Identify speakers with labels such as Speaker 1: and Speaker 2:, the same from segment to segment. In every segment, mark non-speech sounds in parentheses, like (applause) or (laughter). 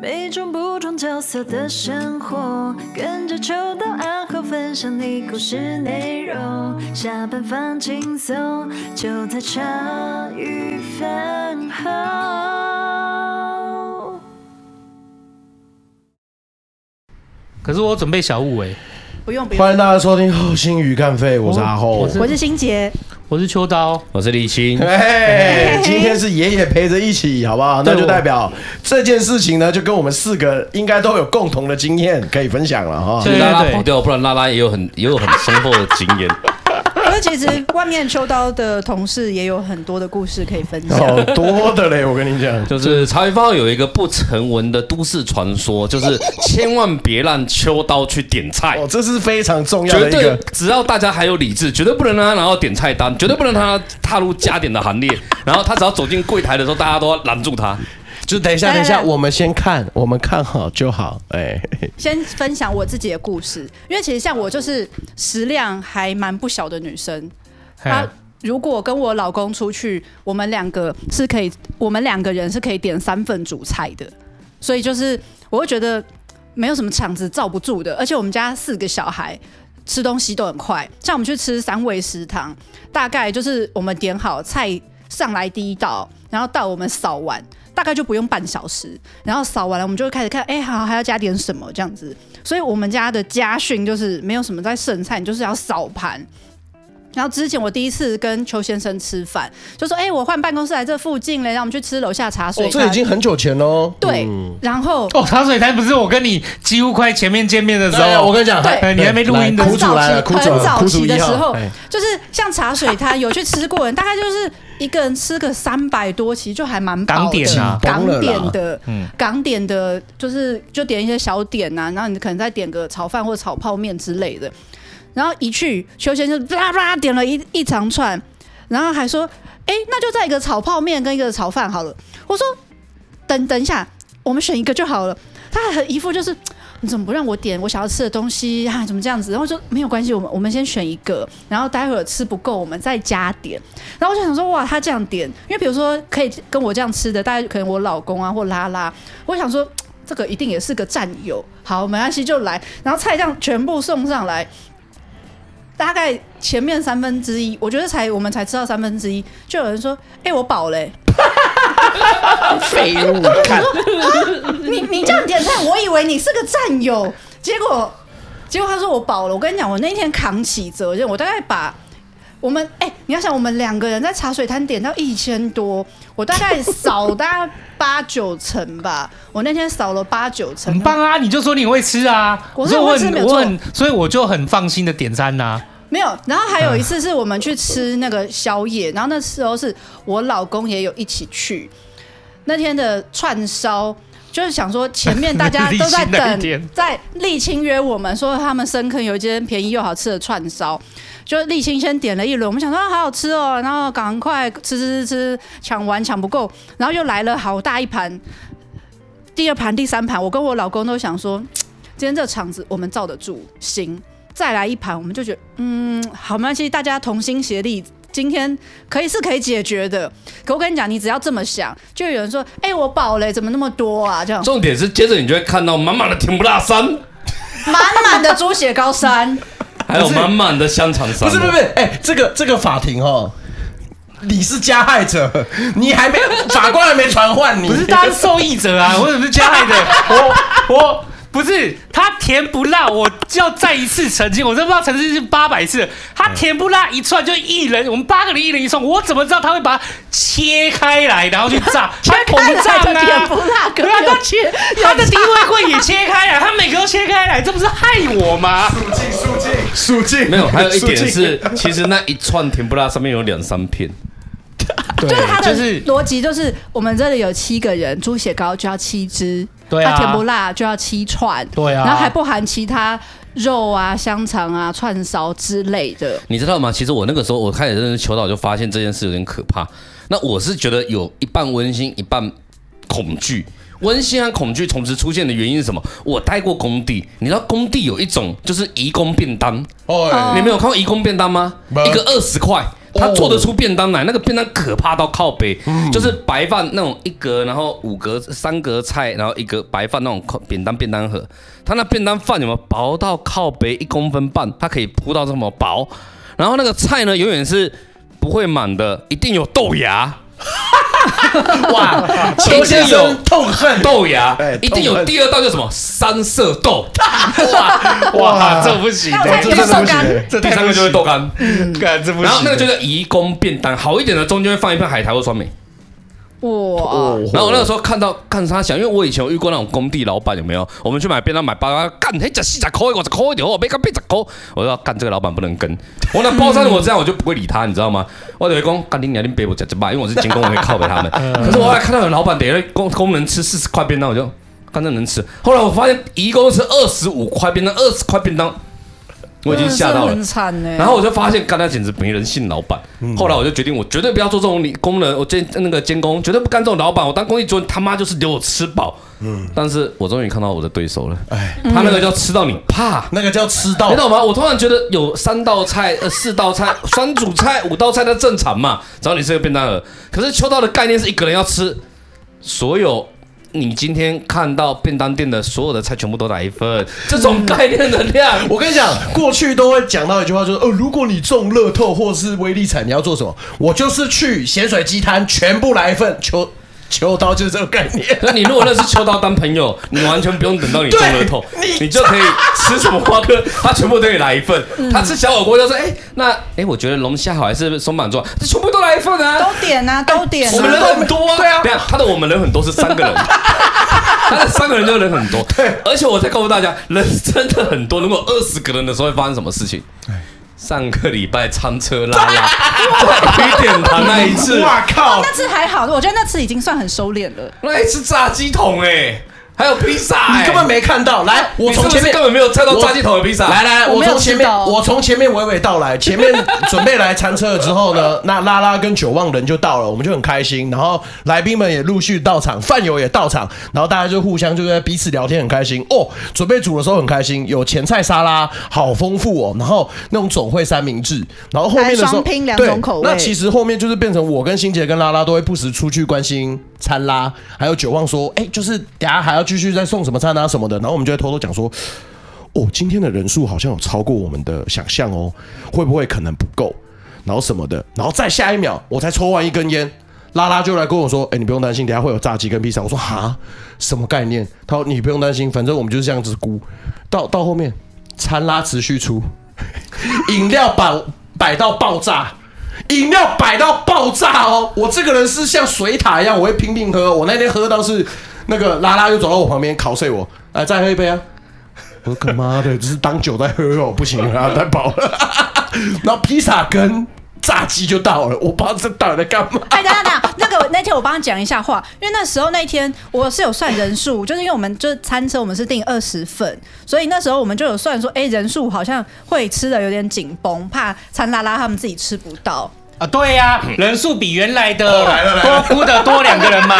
Speaker 1: 每种不同角色的生活，跟着秋到暗号分享你故事内容。下班放轻松，就在茶余饭后。
Speaker 2: 可是我准备小五哎、
Speaker 3: 不用不用，
Speaker 4: 欢迎大家收听《后心鱼干肺》，我是阿后。
Speaker 2: 我是
Speaker 3: 我是心杰，
Speaker 2: 我是秋刀，
Speaker 5: 我是李青，
Speaker 3: (laughs)
Speaker 4: 哎，今天是爷爷陪着一起，好不好？那
Speaker 2: 对
Speaker 4: 就
Speaker 2: 我
Speaker 4: 代表这件事情呢，就跟我们四个应该都有共同的经验可以分享了哈。
Speaker 2: 对
Speaker 5: 拉拉
Speaker 2: 对
Speaker 5: 跑掉，不然拉拉也有很也有很深厚的经
Speaker 4: (laughs)
Speaker 5: 验。
Speaker 3: (laughs) 可是其实外面秋刀的同事也有很多的故事可以分享。
Speaker 4: 好哦多的嘞，我跟你讲，
Speaker 5: 就是茶余饭后有一个不成文的都市传说，就是千万别让秋刀去点菜
Speaker 4: 哦，，这是非常重要
Speaker 5: 绝
Speaker 4: 的一
Speaker 5: 对
Speaker 4: 个。
Speaker 5: 只要大家还有理智，绝对不能让他拿到点菜单，绝对不能让他踏入加点的行列。然后他只要走进柜台的时候，大家都要拦住他。
Speaker 4: 就等一下，等一
Speaker 3: 当
Speaker 4: 下，
Speaker 3: 然
Speaker 4: 我们先看，我们看好就好。哎，
Speaker 3: 先分享我自己的故事，因为其实像我就是食量还蛮不小的女生，她
Speaker 2: 哎
Speaker 3: 如果跟我老公出去，我们两个是可以，我们两个人是可以点三份主菜的，所以就是我会觉得没有什么场子罩不住的，而且我们家四个小孩。吃东西都很快，像我们去吃三味食堂，大概就是我们点好菜上来第一道，然后到我们扫完，大概就不用半小时。然后扫完了，我们就会开始看，哎、好，还要加点什么这样子。所以我们家的家训就是没有什么在剩菜，你就是要扫盘。然后之前我第一次跟邱先生吃饭，就说：“哎、我换办公室来这附近嘞，让我们去吃楼下茶水
Speaker 4: 哦，
Speaker 3: 摊。
Speaker 4: 这已经很久前嗯喽。
Speaker 3: 对，然后
Speaker 2: 哦，茶水台不是我跟你几乎快前面见面的时
Speaker 4: 对，啊
Speaker 2: 候，
Speaker 4: 我跟你讲，
Speaker 3: 对
Speaker 2: 哎你还没录音的时
Speaker 4: 苦
Speaker 3: 很
Speaker 2: 候，
Speaker 4: 主
Speaker 3: 早
Speaker 4: 来了，
Speaker 3: 期
Speaker 4: 苦主
Speaker 3: 很
Speaker 4: 了，
Speaker 3: 早
Speaker 4: 苦主
Speaker 3: 期
Speaker 4: 一
Speaker 3: 的时
Speaker 4: 号。
Speaker 3: 候
Speaker 4: 哎，
Speaker 3: 就是像茶水摊有去吃过人，大概就是一个人吃个三百多，其实就还蛮饱
Speaker 2: 港点
Speaker 3: 的。嗯
Speaker 2: 啊
Speaker 4: 崩了啦
Speaker 3: 港点的
Speaker 2: 嗯，
Speaker 3: 港点的，就是就点一些小点呐、啊，然后你可能再点个炒饭或炒泡面之类的。然后一去，邱先生啪啪点了一一长串，然后还说：“哎，那就再一个炒泡面跟一个炒饭好了。”我说：“等等一下，我们选一个就好了。”他还一副就是你怎么不让我点我想要吃的东西啊？怎么这样子？然后说没有关系，我们我们先选一个，然后待会儿吃不够我们再加点。然后我就想说，哇，他这样点，因为比如说可以跟我这样吃的，大概可能我老公啊或拉拉，我想说嘖这个一定也是个战友，好，没关系就来。然后菜这样全部送上来，大概前面三分之一，我觉得才我们才吃到三分之一，就有人说，哎、我饱嘞、
Speaker 4: 废物，看，
Speaker 3: (laughs) 你你这样点菜，我以为你是个战友，结果结果他说我饱了。我跟你讲，我那天扛起责任，我大概把我们哎、你要想我们两个人在茶水摊点到一千多，我大概扫大概八九成吧。我那天扫了八九成，
Speaker 2: 很棒啊！你就说你会吃啊，
Speaker 3: 我
Speaker 2: 所
Speaker 3: 是
Speaker 2: 以我
Speaker 3: 会吃
Speaker 2: 很
Speaker 3: 没有
Speaker 2: 我
Speaker 3: 错
Speaker 2: 很，所以我就很放心的点餐呐、
Speaker 3: 没有，然后还有一次是我们去吃那个宵夜，然后那时候是我老公也有一起去。那天的串烧就是想说，前面大
Speaker 2: (laughs)
Speaker 3: 家都在
Speaker 2: 沥青那一
Speaker 3: 等
Speaker 2: 天，
Speaker 3: 在沥青约我们说他们深坑有一间便宜又好吃的串烧，就沥青先点了一轮，我们想说啊好好吃哦，然后赶快吃吃吃吃，抢完抢不够，然后又来了好大一盘，第二盘、第三盘，我跟我老公都想说，嗯今天这场子我们罩得住，行，再来一盘，我们就觉得，嗯，好，没关系，大家同心协力，今天可以是可以解决的。可我跟你讲，你只要这么想，就有人说，哎、我饱了，怎么那么多啊？这样
Speaker 5: 重点是，接着你就会看到满满的甜不辣山，
Speaker 3: (laughs) 满满的猪血糕山，
Speaker 5: 还有满满的香肠
Speaker 4: 不
Speaker 5: 山。
Speaker 4: 是不是不是，哎，这个这个法庭哦。你是加害者，你还没法官还没传唤你，哦
Speaker 2: 不是大
Speaker 4: (laughs)
Speaker 2: 家是受益者啊，我怎么是加害者？我我不是他甜不辣，我就要再一次澄清，我都不知道澄清是八百次了。他甜不辣一串就一人，我们八个人一人一串，我怎么知道他会把它切开来然后去
Speaker 3: (laughs)
Speaker 2: 炸？他膨胀
Speaker 3: 的甜不
Speaker 2: 啊！
Speaker 3: 辣跟
Speaker 2: 对啊，
Speaker 3: 有
Speaker 2: 他切 (laughs) 他的敌位会也切开来，他每个都切开来，这不是害我吗？
Speaker 4: 肃静
Speaker 5: 没有，还有一
Speaker 4: (laughs)
Speaker 5: 点是，其实那一串甜不辣上面有两三片，
Speaker 3: 就是他
Speaker 5: 哎
Speaker 3: 的
Speaker 2: 就是
Speaker 3: 逻辑就是，我们这里有七个人，猪血糕就要七只，
Speaker 2: 对啊
Speaker 3: 它甜不辣就要七串，
Speaker 2: 对啊
Speaker 3: 然后还不含其他肉啊、香肠啊、串烧之类的。
Speaker 5: 你知道吗？其实我那个时候我开始认识求导，就发现这件事有点可怕。那我是觉得有一半温馨，一半恐惧。温馨和恐惧同时出现的原因是什么？我待过工地，你知道工地有一种就是移工便当，
Speaker 4: 哦，
Speaker 5: 你们有看过移工便当吗？
Speaker 4: 没
Speaker 5: 一个二十块，他做得出便当来，那个便当可怕到靠背，就是白饭那种一格，然后五格、三格菜，然后一个白饭那种口便当便当盒，他那便当饭有没有薄到靠背一公分半，它可以铺到这么薄，然后那个菜呢永远是不会满的，一定有豆芽。 (laughs) 哇，
Speaker 4: 邱
Speaker 5: 一定
Speaker 4: 先
Speaker 5: 有
Speaker 4: 生痛恨
Speaker 5: 豆芽
Speaker 4: 哎，
Speaker 5: 一定
Speaker 4: 痛
Speaker 5: 有
Speaker 4: 恨
Speaker 5: 第二道叫什么三色豆，
Speaker 2: 哇，这不行，
Speaker 5: 啊
Speaker 3: 还
Speaker 2: 这
Speaker 3: 有菜
Speaker 4: 这
Speaker 3: 豆干，
Speaker 2: 这
Speaker 5: 第
Speaker 2: 太
Speaker 5: 三
Speaker 2: 不
Speaker 5: 个就
Speaker 2: 行嗯
Speaker 5: 是豆干，
Speaker 2: 干这不行。
Speaker 5: 然后那个就叫移工便当，好一点的中间会放一片海苔或酸梅。
Speaker 3: 哇，
Speaker 5: 然后我那个时候看到看他想，因为我以前有遇过那种工地老板，有没有？我们去买便当买包，他干你讲四十块，我十块的，我没干变十块，我就要干这个老板不能跟。我那包上我这样我就不会理他，你知道吗？我就会讲干你娘，你别我讲这吧，因为我是监工，我会靠北他们。可是我后来看到有老板等于工工人吃四十块便当，我就干这能吃。后来我发现一共是二十五块便当，二十块便当，我已经吓到
Speaker 3: 真的
Speaker 5: 了
Speaker 3: 是。很惨欸呢。
Speaker 5: 然后我就发现，干那简直没人性老板。后来我就决定，我绝对不要做这种理工人，我监那个监工绝对不干这种老板。我当工地主任他妈就是留我吃饱。嗯，但是我终于看到我的对手了，
Speaker 4: 哎，哦
Speaker 5: 他那个叫吃到你怕。
Speaker 4: 那个叫吃到
Speaker 5: 你懂吗？我突然觉得有三道菜、呃四道菜、三主菜、五道菜，那正常嘛。只要你是个便当盒，可是秋刀的概念是一个人要吃所有。你今天看到便当店的所有的菜，全部都来一份，这种概念的量，
Speaker 4: 我跟你讲，过去都会讲到一句话，就是呃，如果你中乐透或是威力彩，你要做什么？我就是去咸水鸡摊，全部来一份球球刀，就是这个概念。
Speaker 5: 可你如果认识秋刀当
Speaker 4: (laughs)
Speaker 5: 朋友，你完全不用等到你中了头，
Speaker 4: 对
Speaker 5: 你就可以吃什么花哥， (laughs) 他全部都给你来一份。
Speaker 4: 嗯
Speaker 5: 他吃小火锅就说：“哎、那哎、我觉得龙虾好还是松板状，这全部都来一份啊
Speaker 3: 都。点啊，都”点
Speaker 5: 我们人
Speaker 3: 啊，
Speaker 5: 很多啊，对啊，他的我们人很多是三
Speaker 4: (laughs)
Speaker 5: 个人，他的三个人就人很多，对，而且我再告诉大家，人真的很多。如果二十个人的时候会发生什么
Speaker 4: (laughs)
Speaker 5: 事情？上个礼拜餐车拉拉，在雨点堂那一次，
Speaker 4: 哇靠！
Speaker 3: 那次还好，我觉得那次已经算很收敛了。
Speaker 5: 那一次炸鸡桶哎、还有披萨、哎
Speaker 4: 你根本没看到，来，我
Speaker 5: 你是
Speaker 4: 从
Speaker 5: 不
Speaker 4: 前
Speaker 5: 是
Speaker 4: 面
Speaker 5: 根本没有猜到炸鸡头的披萨。
Speaker 4: 来来，
Speaker 3: 我
Speaker 4: 我
Speaker 3: 没有
Speaker 4: 从前
Speaker 3: 吃
Speaker 4: 面，
Speaker 3: 到
Speaker 4: 我从前面娓娓
Speaker 3: (laughs)
Speaker 4: 道来。前面准备来餐车了之后呢，那拉拉跟九望人就到了，我们就很开心。然后来宾们也陆续到场，饭友也到场，然后大家就互相就在彼此聊天，很开心哦。准备煮的时候很开心，有前菜沙拉，好丰富哦。然后那种总会三明治，然后后面的时
Speaker 3: 还
Speaker 4: 候
Speaker 3: 双拼两
Speaker 4: 对
Speaker 3: 种口味
Speaker 4: 那其实后面就是变成我跟欣杰跟拉拉都会不时出去关心餐啦，还有九望说，哎，就是等下还要继续再送什么餐啊什么的。然后我们就会偷偷讲说。哦，今天的人数好像有超过我们的想象哦，会不会可能不够？然后什么的，然后再下一秒我才抽完一根烟，拉拉就来跟我说：“哎、你不用担心，等下会有炸鸡跟披萨。”我说：“哈，什么概念？”他说：“你不用担心，反正我们就是这样子估。到”到后面，餐拉持续出， (laughs) 饮料摆摆到爆炸。饮料摆到爆炸哦！我这个人是像水塔一样，我会拼命喝。我那天喝到是那个拉拉又走到我旁边拷睡我，来再喝一杯啊！我说他妈的，就是当酒在喝哦，不行啊，太饱了。然后披萨跟炸鸡就到了，我不知道这到底在干嘛。
Speaker 3: (laughs) 哎，等等等，那个那天我帮他讲一下话，因为那时候那一天我是有算人数，就是因为我们就是餐车我们是订二十份，所以那时候我们就有算说，哎、人数好像会吃的有点紧绷，怕餐拉拉他们自己吃不到。
Speaker 2: 啊，对呀、人数比原来的
Speaker 4: 哦来了来
Speaker 2: 多
Speaker 4: 了
Speaker 2: 估的多两个人 (laughs) 嘛，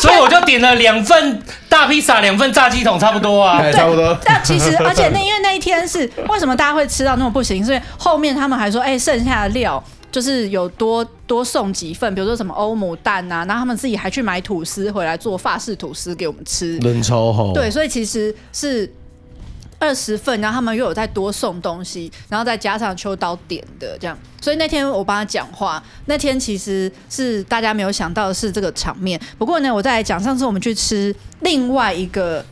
Speaker 2: 所以我就点了两份大披萨，两份炸鸡桶，差不多啊。
Speaker 4: 哎，
Speaker 2: (laughs)
Speaker 4: 差不多。
Speaker 3: 但其实，而且那因为那一天是为什么大家会吃到那么不行？是因为后面他们还说，哎、剩下的料就是有多多送几份，比如说什么欧姆蛋啊，然后他们自己还去买吐司回来做法式吐司给我们吃。
Speaker 4: 人超好，
Speaker 3: 对，，所以其实是二十份，然后他们又有再多送东西，然后再加上秋刀点的这样。所以那天我帮他讲话，那天其实是大家没有想到的是这个场面。不过呢，我再来讲，上次我们去吃另外一个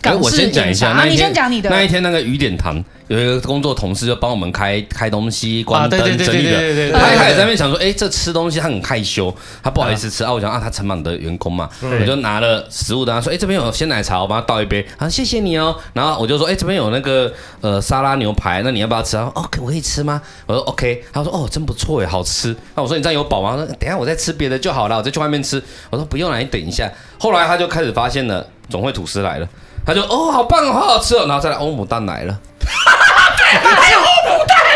Speaker 3: 港
Speaker 5: 哎，
Speaker 3: 式饮茶。
Speaker 5: 我先讲一下，
Speaker 3: 啊
Speaker 5: 那一
Speaker 3: 你
Speaker 5: 天
Speaker 3: 先讲你的。
Speaker 5: 那一天那个雨点堂有一个工作同事就帮我们开开东西、关灯、
Speaker 2: 啊对对对
Speaker 5: 整理
Speaker 2: 对对对对
Speaker 5: 的。
Speaker 2: 对
Speaker 5: 他一开始在那边想说，哎，这吃东西他很害羞，他不好意思吃啊。我想啊，他承满的员工嘛，我就拿了食物的，他说，哎，这边有鲜奶茶，我帮他倒一杯。啊，谢谢你哦。然后我就说，哎，这边有那个呃沙拉牛排，那你要不要吃？他说，OK，我可以吃吗？我说 OK。他说，哦，真不错哎，好吃。那我说你这样有饱吗？他说，等一下我再吃别的就好了，我再去外面吃。我说不用了，你等一下。后来他就开始发现了，总会吐司来了。他就哦，好棒哦，好好吃哦，然后再来欧姆蛋来了。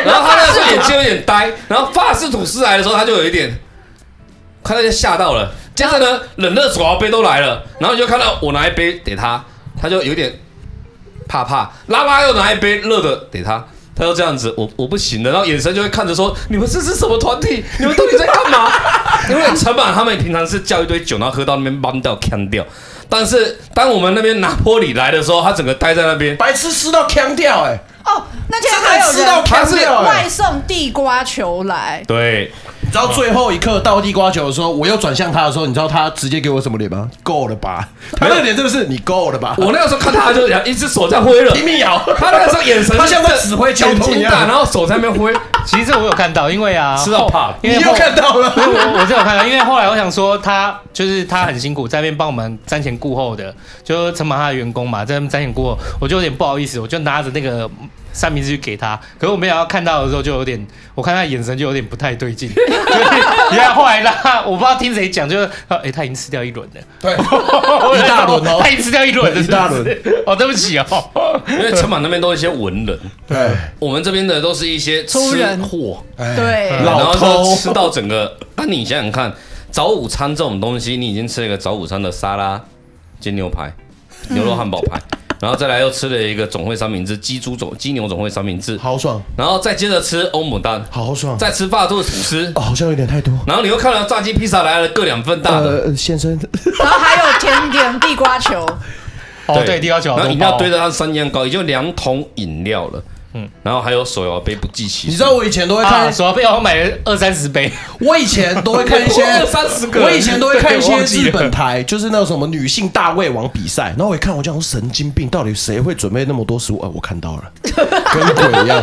Speaker 5: 然后他那时候眼睛有点呆，然后法式吐司来的时候，他就有一点，快他就吓到了。接着呢，冷热手摇杯都来了，然后你就看到我拿一杯给他，他就有点怕怕。拉拉又拿一杯热的给他，他就这样子，我我不行的，然后眼神就会看着说，你们这是什么团体？你们到底在干嘛？ (laughs) 因为陈满他们平常是叫一堆酒，然后喝到那边懵掉、呛掉。但是当我们那边拿坡里来的时候，他整个待在那边，
Speaker 4: 白痴吃到腔掉哎，
Speaker 3: 哦，那天
Speaker 4: 真
Speaker 3: 还
Speaker 4: 的
Speaker 3: 有
Speaker 4: 吃到
Speaker 3: 人
Speaker 4: 腔掉哎
Speaker 3: 外。送地瓜球来，
Speaker 5: 对，
Speaker 4: 你知道最后一刻倒地瓜球的时候，我又转向他的时候，你知道他直接给我什么脸吗？够了吧？他那个脸真的是你够了吧？
Speaker 5: 我那个时候看他就一只手在挥了，
Speaker 4: 拼命咬，
Speaker 5: 他那个时候眼神
Speaker 4: 他像在指挥交
Speaker 5: 眼
Speaker 4: 通一
Speaker 5: 睛大，然
Speaker 4: 样。
Speaker 5: 后手在那边
Speaker 4: (laughs)
Speaker 5: 挥，
Speaker 2: 其实这我有看到，因为啊，
Speaker 5: 吃到
Speaker 2: 后
Speaker 5: 怕了
Speaker 2: 因为
Speaker 4: 你
Speaker 2: 后
Speaker 4: 又看到了，
Speaker 2: 所以我我是有看到，因为后来我想说他就是他很辛苦，在那边帮我们瞻前顾后的，就是陈马他的员工嘛，在那边瞻前顾后，我就有点不好意思，我就拿着那个三明治去给他，可是我没想到看到的时候就有点，我看他眼神就有点不太对 (laughs) 劲，就是因为后来他我不知道听谁讲，就是哎、诶他已经吃掉一轮了，
Speaker 4: (laughs) (laughs) 对，
Speaker 2: (laughs) 一
Speaker 4: 大轮哦
Speaker 2: 他已经吃掉一轮了，
Speaker 4: 一大轮
Speaker 2: 是不是，哦，对不起哦，
Speaker 5: 因为陈满那边都是一些文人，
Speaker 4: (laughs) 对，
Speaker 5: 我们这边的都是一些
Speaker 3: 粗
Speaker 5: 吃
Speaker 3: 人
Speaker 5: 货，
Speaker 4: (laughs) 哎
Speaker 3: 对，
Speaker 5: 然
Speaker 4: 老
Speaker 5: 后
Speaker 4: 头
Speaker 5: 就吃到整个。那你想想看，早午餐这种东西，你已经吃了一个早午餐的沙拉、煎牛排、
Speaker 4: 嗯
Speaker 5: 牛肉汉堡排，然后再来又吃了一个总会三明治、鸡猪总鸡牛总会三明治，
Speaker 4: 好爽，
Speaker 5: 然后再接着吃欧姆蛋，
Speaker 4: 好爽。
Speaker 5: 再吃法度吐司
Speaker 4: 哦，，好像有点太多。
Speaker 5: 然后你又看到炸鸡披萨来了各两份大的，
Speaker 4: 呃，先生，
Speaker 3: 然后还有甜点地瓜球，
Speaker 2: 哦对，地瓜球好
Speaker 5: 然后
Speaker 2: 多
Speaker 5: 饮料
Speaker 2: 包
Speaker 5: 堆
Speaker 2: 哦，
Speaker 5: 到它三样高，也就两桶饮料了。嗯，然后还有手摇杯不计其数。
Speaker 4: 你知道我以前都会看
Speaker 2: 啊，，手摇杯我买了二三十杯，
Speaker 4: 我以前都会看一些
Speaker 5: (laughs) 我有30个
Speaker 4: 我以前都会看一
Speaker 5: 对我
Speaker 4: 些
Speaker 5: 忘记了
Speaker 4: 日本台，就是那种什么女性大胃王比赛，然后我一看，我就想说神经病，到底谁会准备那么多食物？啊，我看到了， (laughs) 跟鬼一样。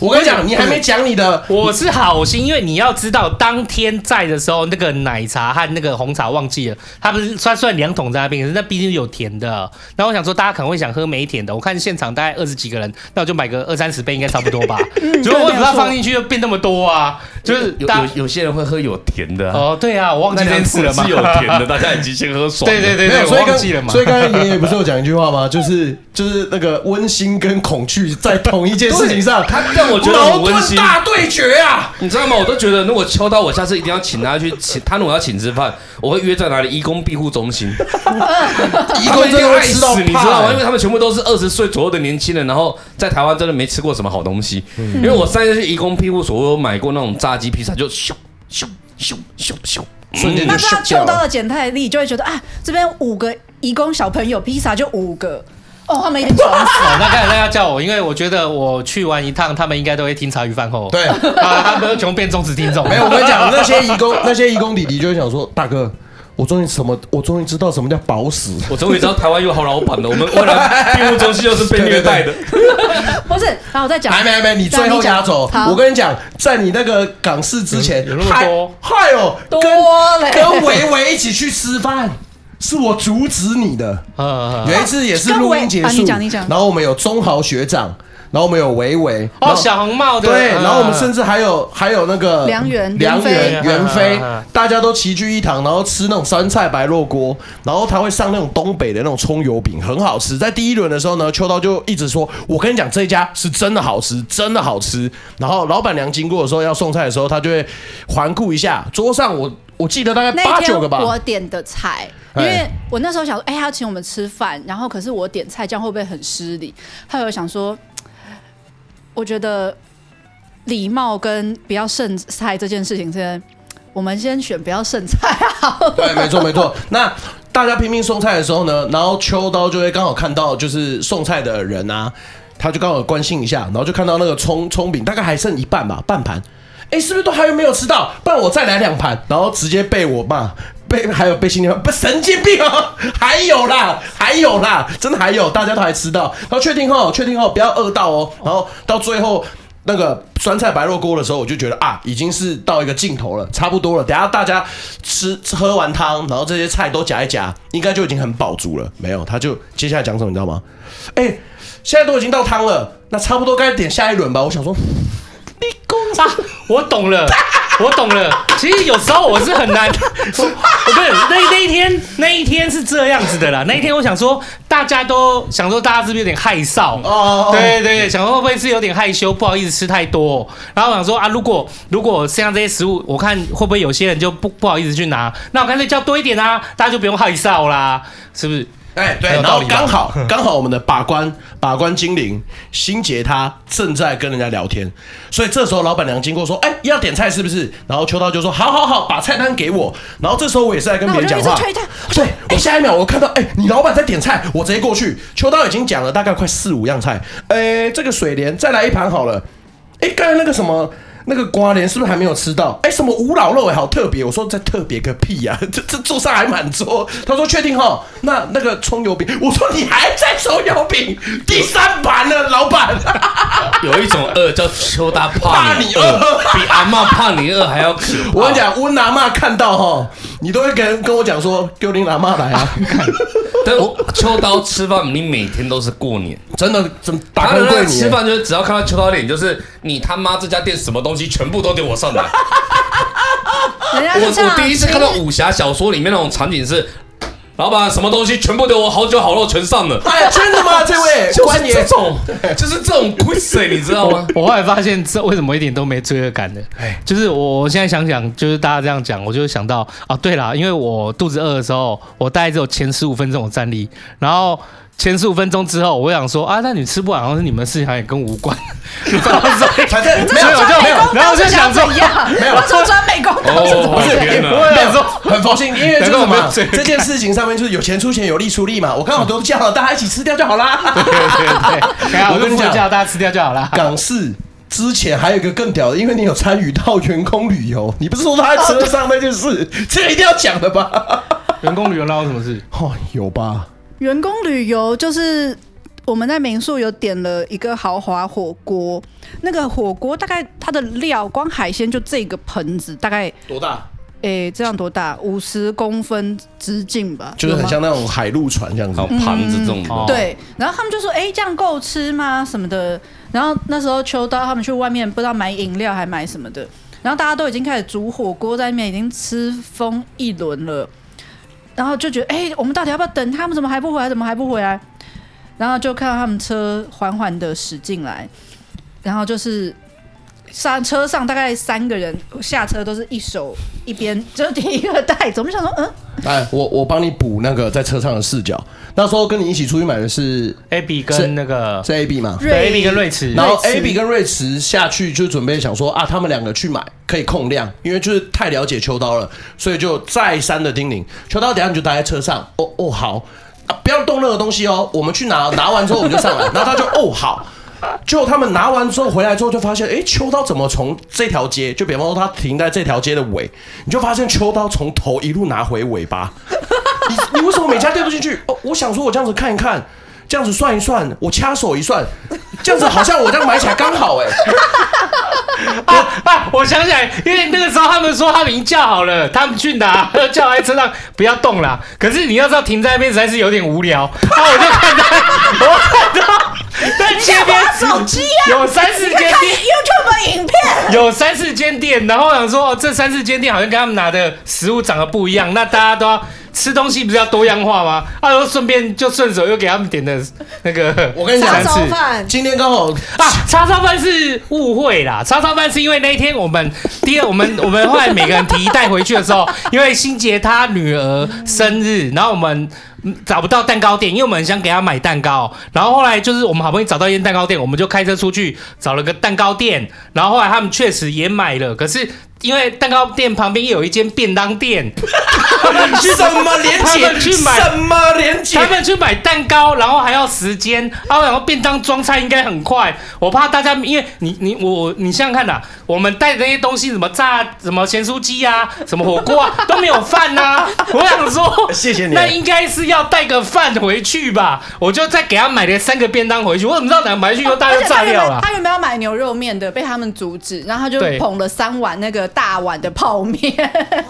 Speaker 4: 我跟你讲，你还没讲你的，
Speaker 2: 我是好心，因为你要知道，当天在的时候，那个奶茶和那个红茶忘记了，它不是它虽然两桶在那边，可是那毕竟有甜的。然后我想说，大家可能会想喝没甜的，我看现场大概二十几个人，那我就买个二三十杯，应该差不
Speaker 4: (laughs)
Speaker 2: 多吧。结果我也不知道放进去就变那么多啊，就是
Speaker 5: 有
Speaker 2: 大
Speaker 5: 有有些人会喝有甜的、啊，
Speaker 2: 哦，对啊，我忘记这
Speaker 5: 那
Speaker 2: 件
Speaker 5: 两
Speaker 2: 事
Speaker 5: 次
Speaker 2: 了嘛，
Speaker 5: 是有甜的，大家已经先喝爽了。
Speaker 2: 对对对
Speaker 4: 没
Speaker 2: 对，
Speaker 4: 有，
Speaker 2: 我
Speaker 4: 所以
Speaker 2: 忘
Speaker 4: 刚
Speaker 2: 记了嘛
Speaker 4: 所。以刚才爷爷不是有讲一句话吗？就是就是那个温馨跟恐惧在同一件事情上，
Speaker 5: 他让我觉得
Speaker 4: 矛
Speaker 5: 很温
Speaker 4: 盾
Speaker 5: 馨，
Speaker 4: 大对决啊！
Speaker 5: 你知道吗？我都觉得如果秋刀，我下次一定要请他去请，他如果要请吃饭，我会约在哪里？义工庇护中心，
Speaker 4: 一
Speaker 5: 义
Speaker 4: 公真的
Speaker 5: 爱
Speaker 4: 会
Speaker 5: 死
Speaker 4: 吃到，欸
Speaker 5: 你知道欸吗？因为
Speaker 4: 为
Speaker 5: 他们全部都是二十岁左右的年轻人，然后在台湾真的没吃过什么好东西。因为我上一次去义工庇护所，我有买过那种炸鸡披萨，就咻咻咻咻咻，
Speaker 4: 瞬间
Speaker 3: 那
Speaker 4: 就
Speaker 3: 这样
Speaker 4: 咻掉
Speaker 3: 秋刀
Speaker 4: 了。
Speaker 3: 的减太力就会觉得啊，这边五个义工小朋友披萨就五个，哦，他们也很爽
Speaker 2: (laughs)
Speaker 3: 死。
Speaker 2: 哦，那刚才大家叫我，因为我觉得我去完一趟，他们应该都会听茶余饭后。
Speaker 4: 对
Speaker 2: 啊，他们全部变忠实听众。
Speaker 4: (laughs) 没有，我跟你讲，那些义工， (laughs) 那些义工弟弟就会想说，大哥，我终于什么，我终于知道什么叫饱死。
Speaker 5: 我终于知道台湾有好老板了。我们未来庇护中心又是被虐待的。
Speaker 3: 不是，然后我再讲，
Speaker 4: 还没还没，你最后压轴
Speaker 3: 好。
Speaker 4: 我跟你讲，在你那个港市之前，
Speaker 2: 有有那么多
Speaker 4: 嗨哦，
Speaker 3: 多嘞
Speaker 4: 跟跟维维一起去吃饭，是我阻止你的。
Speaker 2: 嗯，嗯嗯
Speaker 4: 有一次也是录音结
Speaker 3: 跟维啊
Speaker 4: 束，
Speaker 3: 你讲你讲
Speaker 4: 然后我们有中豪学长，然后我们有维维，然
Speaker 2: 哦，
Speaker 4: 后
Speaker 2: 小红帽的
Speaker 4: 对，然后我们
Speaker 2: 嗯
Speaker 4: 甚至还有还有那个
Speaker 3: 梁元
Speaker 4: 梁元、
Speaker 2: 袁
Speaker 4: 袁
Speaker 2: 飞
Speaker 4: 飞
Speaker 2: 嗯嗯嗯，
Speaker 4: 大家都齐聚一堂，然后吃那种酸菜白肉锅，然后他会上那种东北的那种葱油饼，很好吃。在第一轮的时候呢，秋刀就一直说：“我跟你讲，这一家是真的好吃，真的好吃。”然后老板娘经过的时候要送菜的时候，他就会环顾一下桌上我。我记得大概八
Speaker 3: 那
Speaker 4: 九
Speaker 3: 天
Speaker 4: 个吧，
Speaker 3: 我点的菜，因
Speaker 4: 哎
Speaker 3: 为我那时候想说，哎、他要请我们吃饭，然后可是我点菜，这样会不会很失礼？还有想说，我觉得礼貌跟不要剩菜这件事情先，我们先选不要剩菜啊好了。
Speaker 4: 对，没错没错。那大家拼命送菜的时候呢，然后秋刀就会刚好看到就是送菜的人啊，他就刚好关心一下，然后就看到那个葱葱饼大概还剩一半吧，半盘。哎，是不是都还有没有吃到？不然我再来两盘，然后直接被我骂，被还有被新娘不神经病哦， (laughs) 还有啦，还有啦，真的还有，大家都还吃到。然后确定后，确定后不要饿到哦。然后到最后那个酸菜白肉锅的时候，我就觉得啊，已经是到一个尽头了，差不多了。等一下大家吃喝完汤，然后这些菜都夹一夹，应该就已经很饱足了。没有，他就接下来讲什么，你知道吗？哎、现在都已经到汤了，那差不多该点下一轮吧。我想说，
Speaker 2: 啊，我懂了。我懂了，其实有时候我是很
Speaker 4: (laughs)
Speaker 2: 难，我我不是那那一天那一天是这样子的啦。那一天我想说，大家都想说大家是不是有点害臊？
Speaker 4: 哦
Speaker 2: 对对对，想说会不会是有点害羞，不好意思吃太多、然后我想说啊，如果如果剩下这些食物，我看会不会有些人就不不好意思去拿，那我干脆叫多一点啊，大家就不用害臊啦，是不是？
Speaker 4: 哎，对，
Speaker 6: 很有
Speaker 4: 然
Speaker 6: 道
Speaker 4: 后
Speaker 6: 理吧
Speaker 4: 刚好 (laughs) 刚好我们的把关把关精灵心杰他正在跟人家聊天，所以这时候老板娘经过说：“哎，要点菜是不是？”然后秋刀就说：“好好好，把菜单给我。”然后这时候我也是在跟别人讲
Speaker 3: 那
Speaker 4: 话
Speaker 3: 我就一直推他，
Speaker 4: 对我下一秒我看到，哎，你老板在点菜，我直接过去。秋刀已经讲了大概快四五样菜，哎，这个水莲再来一盘好了。哎，刚才那个什么。那个瓜莲是不是还没有吃到？哎，什么五老肉哎，好特别！我说这特别个屁呀、这这桌上还满桌。他说确定哈，那那个葱油饼，我说你还在葱油饼，第三盘了，老板。
Speaker 5: (laughs) 有一种饿叫秋大怕你饿，嗯比阿嬷怕你饿还要可怕。
Speaker 4: 我跟你讲，温拿妈看到哈，你都会跟跟我讲说丢林拿妈来
Speaker 3: (laughs)
Speaker 4: 啊，
Speaker 5: 但我秋刀吃饭，你每天都是过年。
Speaker 4: 真的怎么打
Speaker 5: 他
Speaker 4: 开
Speaker 5: 的那
Speaker 4: 柜
Speaker 5: 个
Speaker 4: 你
Speaker 5: 吃饭就是只要看到秋刀脸，就是你他妈这家店什么东西全部都给我上来。我
Speaker 3: 人家是这样
Speaker 5: 我第一次看到武侠小说里面那种场景是，老板什么东西全部给我好酒好肉全上了。
Speaker 4: (laughs) 哎，真的吗？这位
Speaker 5: (laughs) 就是
Speaker 4: 官
Speaker 5: 这
Speaker 4: 爷，
Speaker 5: 种， (laughs) 就是这种 quiz，欸你知道吗？
Speaker 2: 我后来发现，这为什么一点都没罪恶感的？就是我我现在想想，就是大家这样讲，我就想到啊，对啦，因为我肚子饿的时候，我大概只有前十五分钟我站立，然后前十五分钟之后，我想说啊，那你吃不完，好像是你们的事情，好像也跟我无关。然后所以
Speaker 4: 反正 (laughs) 没
Speaker 2: 所
Speaker 4: 有
Speaker 2: 以我就没有，然后我就想说，
Speaker 3: 一样，
Speaker 4: 没有
Speaker 3: 我说转美工刀是怎么
Speaker 5: (laughs) 哦
Speaker 3: 样？
Speaker 5: 天哪！
Speaker 2: 我想说，
Speaker 4: 很佛心，因为就是
Speaker 2: 难怪
Speaker 4: 什
Speaker 2: 我没有
Speaker 4: 么
Speaker 2: 罪恶感
Speaker 4: 这件事情上面就是有钱出钱，有力出力嘛。我刚好都叫了，大家一起吃掉就好啦。
Speaker 2: 对对对，等一下
Speaker 4: 我
Speaker 2: 我
Speaker 4: 跟
Speaker 2: 跟
Speaker 4: 你
Speaker 2: 你
Speaker 4: 讲
Speaker 2: 讲，叫大家吃掉就好啦。
Speaker 4: 港式之前还有一个更屌的，因为你有参与到员工旅游，你不是说他在车上那件事，这个一定要讲的吧？
Speaker 2: 员工旅游闹什么事？
Speaker 4: 哦，有吧？
Speaker 3: 员工旅游就是我们在民宿有点了一个豪华火锅，那个火锅大概它的料光海鲜就这个盆子大概
Speaker 4: 多大？
Speaker 3: 诶、这样多大？五十公分直径吧，
Speaker 4: 就是很
Speaker 3: 有吗
Speaker 4: 像那种海陆船这样子
Speaker 5: 好。盘子这种
Speaker 2: 哦
Speaker 3: 对，然后他们就说：“哎、这样够吃吗？什么的。”然后那时候秋刀他们去外面不知道买饮料还买什么的，然后大家都已经开始煮火锅，在那边已经吃疯一轮了，然后就觉得：“哎、我们到底要不要等他们？怎么还不回来？怎么还不回来？”然后就看到他们车缓缓的驶进来，然后就是。上车上大概三个人下车都是一手一边，就是提一个袋子。我们想说，嗯，
Speaker 4: 哎，我我帮你补那个在车上的视角。那时候跟你一起出去买的是
Speaker 2: Abby
Speaker 4: 是
Speaker 2: 跟那个
Speaker 4: 是 A B 嘛？
Speaker 2: 对
Speaker 3: 瑞
Speaker 2: Abby 跟瑞慈，
Speaker 4: 然后
Speaker 3: 瑞
Speaker 4: A
Speaker 3: 驰
Speaker 4: B 跟瑞驰下去就准备想说啊，他们两个去买可以控量，因为就是太了解秋刀了，所以就再三的叮咛秋刀，等一下你就待在车上，哦哦好啊，不要动任何东西哦，我们去拿，拿完之后我们就上来，然后他就哦好。结果他们拿完之后回来之后，就发现，哎，秋刀怎么从这条街，就比方说他停在这条街的尾，你就发现秋刀从头一路拿回尾巴。你你为什么每家店都进去？哦，我想说，我这样子看一看，这样子算一算，我掐手一算，这样子好像我这样买起来刚好哎、
Speaker 2: 啊啊！我想起来，因为那个时候他们说他们已经叫好了，他们去拿， (laughs) 叫来车上不要动啦。可是你要知道，停在那边实在是有点无聊。然后我就看到， (laughs) 我看到在前面手机啊有三四间店，
Speaker 3: YouTube 影片。
Speaker 2: 有三四间店，然后我想说，哦，这三四间店好像跟他们拿的食物长得不一样，那大家都要吃东西，不是要多样化吗？啊，然后顺便就顺手又给他们点的那个，
Speaker 4: 我跟你
Speaker 2: 三
Speaker 4: 讲
Speaker 2: 次，
Speaker 1: 烧饭，
Speaker 4: 今天刚好
Speaker 2: 啊，叉烧饭是误会啦，叉烧饭是因为那一天我们第二，我们 (laughs) 我们后来每个人提一袋回去的时候，因为欣杰他女儿生日，然后我们。嗯找不到蛋糕店，因为我们很想给她买蛋糕。然后后来就是我们好不容易找到一间蛋糕店，我们就开车出去找了个蛋糕店。然后后来他们确实也买了，可是因为蛋糕店旁边又有一间便当店，
Speaker 4: 什么连
Speaker 2: 他
Speaker 4: 结
Speaker 2: 们去买
Speaker 4: 什么连结
Speaker 2: 他，们去买蛋糕，然后还要时间，啊，然后便当装菜应该很快。我怕大家，因为你你我我你想想看呐、我们带的那些东西，什么炸什么咸酥鸡啊，什么火锅啊，都没有饭呐、
Speaker 4: (laughs)
Speaker 2: 我想说，
Speaker 4: 谢谢你
Speaker 2: 那应该是要带个饭回去吧。我就再给他买了三个便当回去，我怎么知道哪买回去以后大家
Speaker 3: 而
Speaker 2: 就
Speaker 3: 且
Speaker 2: 炸
Speaker 3: 他原
Speaker 2: 掉
Speaker 3: 本
Speaker 2: 了？
Speaker 3: 他原本要买牛肉面的，被他们阻止，然后他就
Speaker 2: 对
Speaker 3: 捧了三碗那个大碗的泡
Speaker 2: (laughs)
Speaker 3: 面。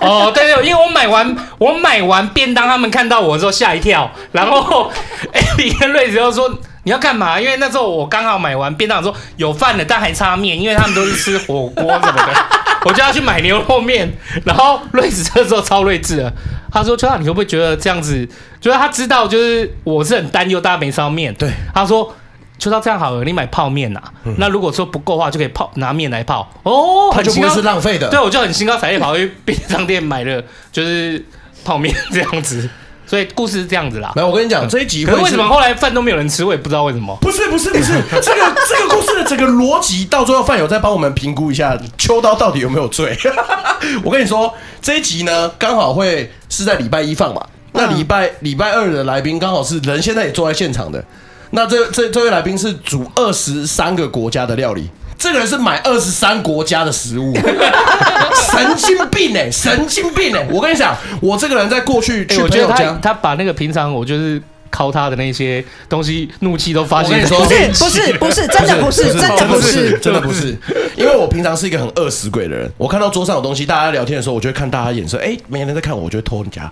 Speaker 2: 哦，对对，因为我买完我买完便当，他们看到我之后吓一跳，然
Speaker 4: (laughs)
Speaker 2: 后 Abby 跟瑞子就说。你要干嘛？因为那时候我刚好买完便当，说有饭了，但还差面，因为他们都是吃火锅什么的，
Speaker 4: (laughs)
Speaker 2: 我就要去买牛肉面。然后瑞子这时候超睿智的，他说：“秋大，你会不会觉得这样子？就是他知道，就是我是很担忧大家没吃到面。
Speaker 4: 对，嗯
Speaker 2: 他说：秋到这样好了，你买泡面呐、那如果说不够的话，就可以泡拿面来泡。哦，
Speaker 4: 他就
Speaker 2: 很
Speaker 4: 不
Speaker 2: 新
Speaker 4: 会
Speaker 2: 哦
Speaker 4: 是浪费的。
Speaker 2: 对，我就很兴高采烈跑去便当店买了，就是泡面这样子。所以故事是这样子啦
Speaker 4: 没。有，我跟你讲，这一集
Speaker 2: 可
Speaker 4: 会
Speaker 2: 是为什
Speaker 4: 是
Speaker 2: 么后来饭都没有人吃，我也不知道为什么。
Speaker 4: 不是不是
Speaker 2: (laughs)
Speaker 4: 不是，这个这个故事的整个逻辑，到最后饭友再帮我们评估一下秋刀到底有没有罪。 (laughs) 我跟你说，这一集呢刚好会是在礼拜一放嘛，
Speaker 2: 嗯
Speaker 4: 那礼拜礼拜二的来宾刚好是人现在也坐在现场的，那这这这位来宾是煮二十三个国家的料理。这个人是买二十三国家的
Speaker 2: (laughs)
Speaker 4: 食物，神经病哎、神经病哎、我跟你讲，我这个人在过去
Speaker 2: 哎
Speaker 4: 去
Speaker 2: 我
Speaker 4: 朋
Speaker 2: 觉得
Speaker 4: 友
Speaker 2: 他
Speaker 4: 家，
Speaker 2: 他把那个平常我就是靠他的那些东西怒气都发
Speaker 4: 我
Speaker 2: 泄
Speaker 4: 跟你
Speaker 2: 在
Speaker 4: 说
Speaker 2: (laughs)
Speaker 3: 不
Speaker 2: 面
Speaker 3: 是
Speaker 2: 前，
Speaker 3: 不是不是，真的不是，真的不是。
Speaker 4: 真的哦不是，因为我平常是一个很饿死鬼的人。我看到桌上有东西，大家聊天的时候，我就会看大家眼神，哎、没人在看我，我就会偷人家。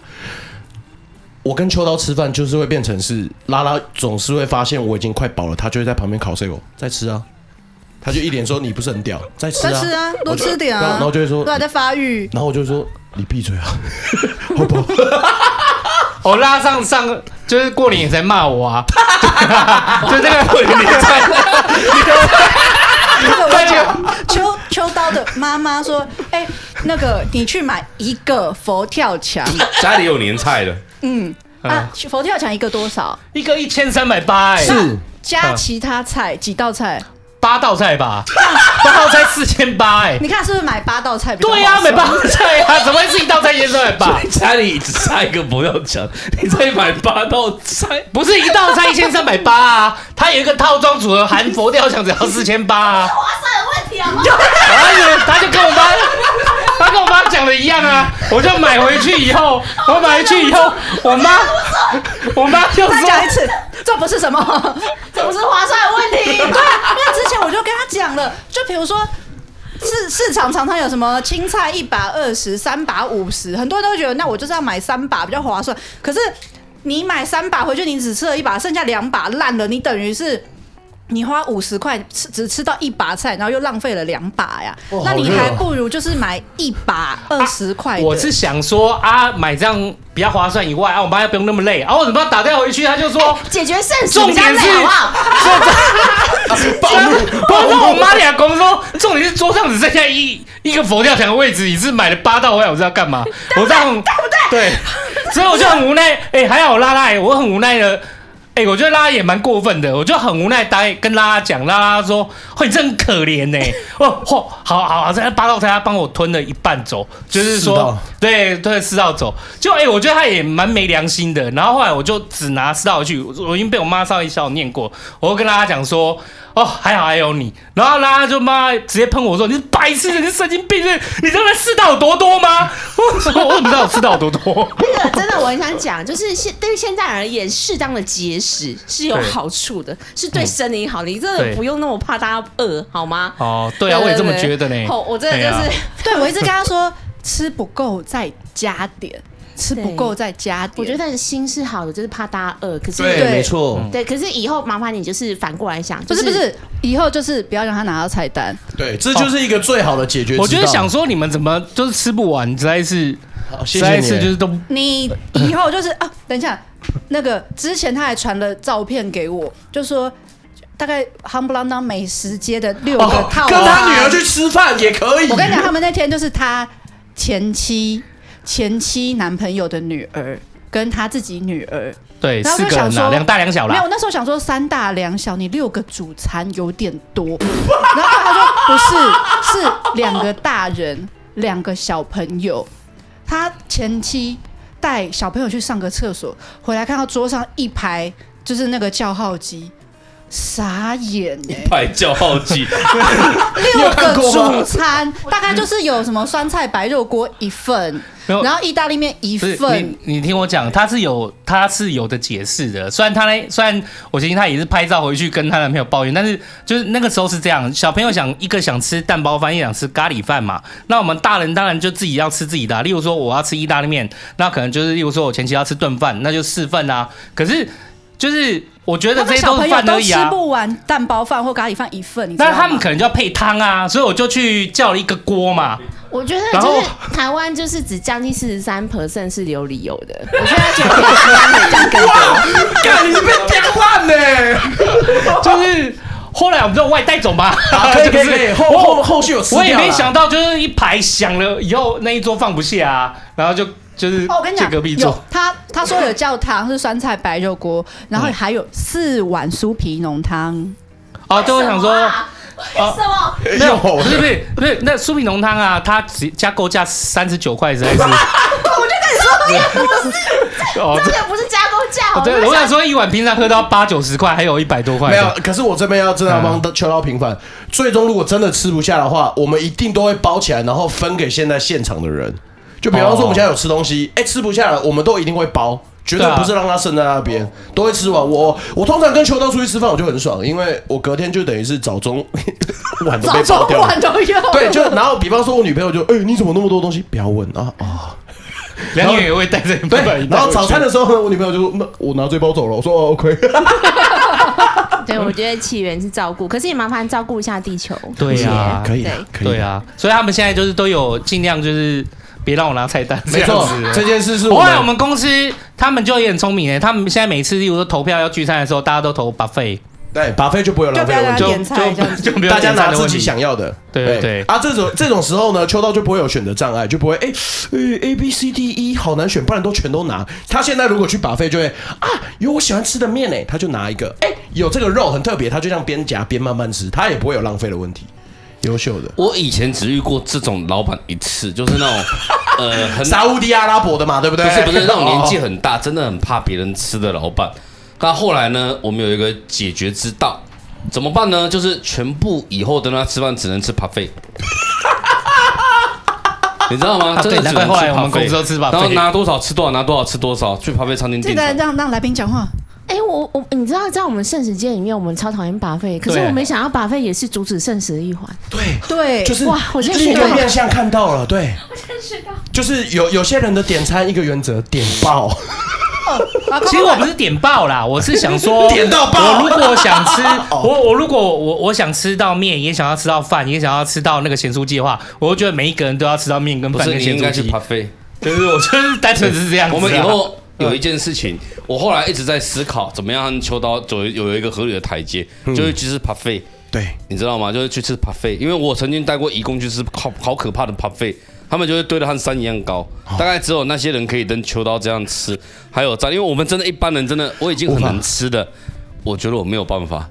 Speaker 4: 我跟秋刀吃饭，就是会变成是拉拉，总是会发现我已经快饱了，他就会在旁边考碎我，在吃啊。他就一脸说你不是很屌，在吃
Speaker 3: 但
Speaker 4: 啊，
Speaker 3: 是啊，多吃点啊。
Speaker 4: 然后就会说
Speaker 3: 都，还在发育，
Speaker 4: 然后我就说你闭嘴啊，好不好？
Speaker 2: 我哦拉上上就是过年也在骂我啊， (laughs) 就这个过年也在，
Speaker 3: 那个
Speaker 2: 啊
Speaker 3: 我就秋秋刀的妈妈说：“哎、那个你去买一个佛跳墙，
Speaker 5: 家里有年菜的，
Speaker 3: 嗯啊，佛跳墙一个多少？
Speaker 2: 一个一千三百八哎，
Speaker 4: 是
Speaker 3: 加其他菜几道菜？
Speaker 2: 八道菜吧，八道菜四千八哎，
Speaker 3: 你看是不是买八道菜比较划
Speaker 2: 对
Speaker 3: 算？
Speaker 2: 呀，买八道菜啊，怎么会是一道菜一千三百八？
Speaker 5: 家里只差一个不要讲，你再买八道菜，
Speaker 2: 不是一道菜一千三百八啊，它有一个套装组合，含佛跳墙只要四千八啊。划算有问题啊！他就跟我妈，他跟我妈讲的一样啊，我就买回去以后，我买回去以后，我妈，我妈就
Speaker 3: 再讲一
Speaker 2: 说。
Speaker 3: (laughs) 次，这不是什么，这不是划算的问题。对，因为之前我就跟他讲了，就比如说。市市场常常有什么青菜一把二十、三把五十，很多人都会觉得那我就是要买三把比较划算。可是你买三把回去，你只吃了一把，剩下两把烂了，你等于是你花五十块吃只吃到一把菜，然后又浪费了两把呀。那你还不如就是买一把二十块的。
Speaker 2: 我是想说啊，买这样比较划算以外啊，我妈又不用那么累啊，我怎么要打电话回去？她就说，
Speaker 6: 解决剩食
Speaker 2: 重
Speaker 6: 比较
Speaker 2: 点
Speaker 6: 累，
Speaker 2: 是
Speaker 6: 好不好？
Speaker 4: 暴怒，
Speaker 2: 包括我妈俩公说，重点是桌上只剩下一一个佛跳墙的位置，你是买了八道回来，我知道干嘛？我这样对不对？啊对，所以我就很无奈。哎、还好拉拉、欸，我很无奈的。哎、我觉得拉拉也蛮过分的，我就很无奈，答应跟拉拉讲，拉拉说：“哦，你真很可怜呢、哦，嚯，好好好，这八道菜他帮我吞了一半走，就是
Speaker 4: 四
Speaker 2: 说
Speaker 4: 道，
Speaker 2: 对对，四道走。就哎、我觉得他也蛮没良心的。然后后来我就只拿四道去，我我已经被我妈稍微小念过，我就跟拉拉讲说：“哦，还好还有你。”然后拉拉就妈直接喷我说：“你是白痴，你是神经病，你知道那四道有多多吗？” (laughs) 我说：“我怎么知道我四道有多
Speaker 6: (laughs)
Speaker 2: 多？”
Speaker 6: 这个
Speaker 2: (laughs)
Speaker 6: 真的，我很想讲，就是现对于现在而言，适当的节食是有好处的，是对身体好的。你真
Speaker 2: 对
Speaker 6: 的不用那么怕大家饿，好吗？
Speaker 2: 哦，对啊，我也这么觉得呢。
Speaker 6: 好，我真的
Speaker 2: 对
Speaker 6: 就
Speaker 2: 啊
Speaker 6: 是，
Speaker 3: 对，我一直跟他说，吃不够再加点，吃不够再加点。
Speaker 6: 我觉得心是好的，就是怕大家饿。可是
Speaker 4: 对，
Speaker 3: 对嗯
Speaker 4: 没错，
Speaker 6: 对，可是以后麻烦你就是反过来想，
Speaker 3: 不
Speaker 6: 就是
Speaker 3: 不是，以后就是不要让他拿到菜单。
Speaker 4: 对，这就是一个最好的解决之道。
Speaker 2: 我就是想说，你们怎么就是吃不完，实在是，
Speaker 4: 好，谢
Speaker 2: 实
Speaker 4: 谢
Speaker 2: 在是就
Speaker 4: 你
Speaker 2: 是。都
Speaker 3: 你以后就是啊，等一下，那个之前他还传了照片给我，就说大概夯不啷当美食街的六个
Speaker 4: 哦
Speaker 3: 套、，啊
Speaker 4: 跟他女儿去。吃饭也可以。
Speaker 3: 我跟你讲，他们那天就是他前妻、前妻男朋友的女儿跟他自己女儿，
Speaker 2: 对
Speaker 3: 然后
Speaker 2: 四
Speaker 3: 就
Speaker 2: 个
Speaker 3: 想
Speaker 2: 人啊，
Speaker 3: 说
Speaker 2: 两大两小
Speaker 3: 没有，
Speaker 2: 啦
Speaker 3: 我。那时候想说三大两小，你六个主餐有点
Speaker 2: (laughs)
Speaker 3: 多。然后他说不是，是两个大人，两个小朋友。他前期带小朋友去上个厕所，回来看到桌上一排就是那个叫号机，傻眼哎、
Speaker 5: 派 (laughs) 叫号机，
Speaker 3: 六个主餐，
Speaker 2: (laughs)
Speaker 3: 大概就是有什么酸菜白肉锅一份，
Speaker 2: 没有
Speaker 3: 然后意大利面一
Speaker 2: 不是
Speaker 3: 份
Speaker 2: 你，，你听我讲，他是有他是有的解释的。虽然他呢，虽然我相信他也是拍照回去跟她男朋友抱怨，但是就是那个时候是这样，小朋友想一个想吃蛋包饭，一个想吃咖喱饭嘛。那我们大人当然就自己要吃自己的啊、例如说我要吃意大利面，那可能就是例如说我前期要吃炖饭，那就四份啊。可是就是我觉得
Speaker 3: 他
Speaker 2: 这
Speaker 3: 们
Speaker 2: 些
Speaker 3: 小
Speaker 2: 都
Speaker 3: 朋
Speaker 2: 是
Speaker 3: 友
Speaker 2: 饭
Speaker 3: 都
Speaker 2: 而已
Speaker 3: 吃
Speaker 2: 啊。
Speaker 3: 不完蛋包饭或咖喱饭一份，你知道
Speaker 2: 那
Speaker 3: 吗？
Speaker 2: 他们可能就要配汤啊，所以我就去叫了一个锅嘛。
Speaker 6: 我觉得
Speaker 2: 然后
Speaker 6: 就是台湾就是只将近四十三 percent 是有理由 (laughs) 的。我现在觉得可以这样更多。
Speaker 4: (laughs) 干，你是被电烂呢。
Speaker 2: (laughs) 就是后来我们就外带走嘛，
Speaker 4: 啊
Speaker 2: (laughs)
Speaker 4: 可以可以
Speaker 2: 就是
Speaker 4: 可以，后
Speaker 2: 我
Speaker 4: 后后续有吃
Speaker 2: 我也
Speaker 4: 掉
Speaker 2: 没
Speaker 4: 啦
Speaker 2: 想到，就是一排响了以后那一桌放不下啊，然后就就是
Speaker 3: 哦，我跟你
Speaker 2: 借
Speaker 3: 讲，
Speaker 2: 隔壁
Speaker 3: 有
Speaker 2: 桌，
Speaker 3: 他他说有教堂是酸菜白肉锅，然
Speaker 2: 嗯
Speaker 3: 后还有四碗酥皮浓汤。
Speaker 2: 哦，对，我想说，
Speaker 6: 啊
Speaker 2: 哦
Speaker 6: 为什么？
Speaker 2: 没有，
Speaker 4: 哎有
Speaker 2: 不是不是不是，那酥皮浓汤啊，它只加购价三十九块，实在是。
Speaker 6: (laughs) 我就跟你说，这也不是，
Speaker 2: 哦，
Speaker 6: 这也不是加工价。
Speaker 2: 对，
Speaker 6: 就
Speaker 2: 我想说一碗平常喝到八九十块，还有一百多块的。
Speaker 4: 没有，可是我这边要真的要帮秋刀平反。最终如果真的吃不下的话，我们一定都会包起来，然后分给现在现场的人。就比方说我们现在有吃东西，哎、吃不下了，我们都一定会包。绝对
Speaker 2: 对啊
Speaker 4: 不是让它剩在那边，都会吃完。我我通常跟秋刀出去吃饭，我就很爽，因为我隔天就等于是早中晚都被
Speaker 3: 早
Speaker 4: 包
Speaker 3: 中
Speaker 4: 掉了
Speaker 3: 晚。都有。
Speaker 4: 对，
Speaker 3: (laughs)
Speaker 4: 就然后比方说，我女朋友就，哎、你怎么那么多东西？不要问啊啊！
Speaker 2: 梁女也会带这一
Speaker 4: 对
Speaker 2: 份带回，去。
Speaker 4: 然后早餐的时候呢，我女朋友就说，那我拿这包走了。我说、哦、OK，
Speaker 6: 对，我觉得起源是照顾，可是也麻烦照顾一下地球。
Speaker 2: 对呀，
Speaker 4: 可以啊
Speaker 6: 对，
Speaker 4: 可以，
Speaker 2: 对，啊，所以他们现在就是都有尽量就是别让我拿菜单，这
Speaker 4: 没
Speaker 2: 样
Speaker 4: 错，
Speaker 2: 子。
Speaker 4: 这件事是我
Speaker 2: 后来
Speaker 4: 们
Speaker 2: 啊我们公司他们就也很聪明诶，他们现在每次例如说投票要聚餐的时候，大家都投 buffet，
Speaker 4: 对，巴菲就不会有浪费的问
Speaker 3: 就
Speaker 4: 题
Speaker 2: 就
Speaker 3: 不
Speaker 2: 就
Speaker 3: 要点菜这样子
Speaker 2: 就没有
Speaker 4: 大家
Speaker 2: 点餐
Speaker 4: 拿
Speaker 2: 的
Speaker 4: 自
Speaker 2: 问
Speaker 4: 己
Speaker 2: 题。
Speaker 4: 想要的，
Speaker 2: 对对
Speaker 4: 啊，这种这种时候呢，秋刀就不会有选择障碍，就不会哎，呃，A B C D E 好难选，不然都全都拿。他现在如果去把费，就会啊，有我喜欢吃的面哎，他就拿一个，哎，有这个肉很特别，他就这样边夹边慢慢吃，他也不会有浪费的问题，优秀的。
Speaker 5: 我以前只遇过这种老板一次，就是那种呃很
Speaker 4: 沙乌地阿拉伯的嘛，对不对？
Speaker 5: 不是不是那种年纪
Speaker 4: 哦，
Speaker 5: 很大，真的很怕别人吃的老板。但后来呢，我们有一个解决之道，怎么办呢？就是全部以后等他吃饭只能吃 p a f f e 你知道吗？
Speaker 2: 啊
Speaker 5: 真
Speaker 2: 对
Speaker 5: 的只能
Speaker 2: 难怪后来
Speaker 5: 吃
Speaker 2: 我们
Speaker 5: buffet
Speaker 2: 公司都吃 buffet
Speaker 5: 然后拿多少吃多少，拿多少吃多少，去 p a f f e 餐厅
Speaker 3: 这
Speaker 5: 订
Speaker 3: 个
Speaker 5: 餐。
Speaker 3: 让让来宾讲话，
Speaker 6: 哎、我我你知道，在我们圣食界里面，我们超讨厌把费，可是
Speaker 2: 对
Speaker 6: 我没想到把费也是阻止圣食的一环。
Speaker 4: 哦对，
Speaker 3: 对，
Speaker 4: 就是
Speaker 6: 哇我真的
Speaker 4: 另一
Speaker 6: 学
Speaker 4: 个
Speaker 6: 到
Speaker 4: 面向看到了，对，我真学到，就是有有些人的点餐一个原则，点
Speaker 2: (laughs)
Speaker 4: 爆。
Speaker 3: 啊
Speaker 2: 其实我不是点爆啦，我是想说
Speaker 4: 点到爆
Speaker 2: 我如果想吃，我我如果我我想吃到面，也想要吃到饭，也想要吃到那个咸酥鸡的话，我就觉得每一个人都要吃到面跟
Speaker 5: 不
Speaker 2: 饭
Speaker 5: 是
Speaker 2: 跟
Speaker 5: 你
Speaker 2: 咸
Speaker 5: 应该
Speaker 2: 酥
Speaker 5: 去
Speaker 2: 鸡
Speaker 5: p。a f f e
Speaker 2: 就是我就是单纯是这样子啊。 (laughs)
Speaker 5: 我们以后有一件事情，我后来一直在思考，怎么样和秋刀走有一个合理的台阶，
Speaker 2: 嗯
Speaker 5: 就是去吃 p a f f e
Speaker 4: 对，
Speaker 5: 你知道吗？就是去吃 buffet，因为我曾经带过义工去吃好好可怕的 buffet，他们就是堆得和山一样高，
Speaker 3: 啊
Speaker 5: 大概只有那些人可以跟秋刀这样吃，还有在，因为我们真的一般人真的我已经很
Speaker 4: 无
Speaker 5: 能
Speaker 4: 法
Speaker 5: 吃的，我觉得我没有办法。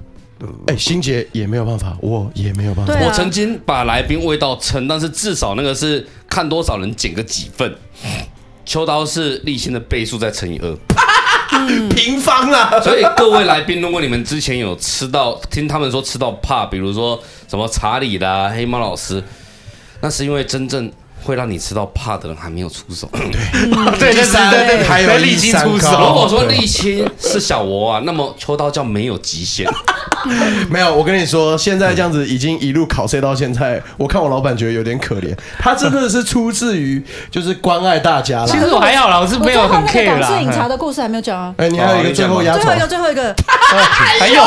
Speaker 4: 哎，心杰也没有办法，我也没有办法
Speaker 3: 对。啊
Speaker 5: 我曾经把来宾喂到撑，但是至少那个是看多少人减个几份。秋刀是立新的倍数再乘以二，
Speaker 4: 平方啊啦。
Speaker 5: 所以各位来宾，如果你们之前有吃到，听他们说吃到怕，比如说什么查理啦、黑猫老师，那是因为真正会让你吃到怕的人还没有出手。
Speaker 2: (laughs) 对对对对对，
Speaker 4: 还有
Speaker 2: 历经出
Speaker 4: 一三高
Speaker 5: 如
Speaker 2: 手，
Speaker 5: 果说沥青是小窝啊，那么秋刀叫没有极限。
Speaker 4: 没有，我跟你说，现在这样子已经一路考试到现在，我看我老板觉得有点可怜，他真的是出自于就是关爱大家
Speaker 2: 其
Speaker 4: 啦。
Speaker 2: 实我还好啦，我是没有很 care
Speaker 3: 我最后那个港式饮茶
Speaker 2: 啦。嗯
Speaker 3: 的故事还没有讲啊。
Speaker 4: 哎，你还有
Speaker 2: 哦
Speaker 4: 一个最后压
Speaker 3: 最
Speaker 4: 轴
Speaker 3: 后一，啊个，最后
Speaker 2: (laughs)
Speaker 3: 一个，
Speaker 2: 哎还有有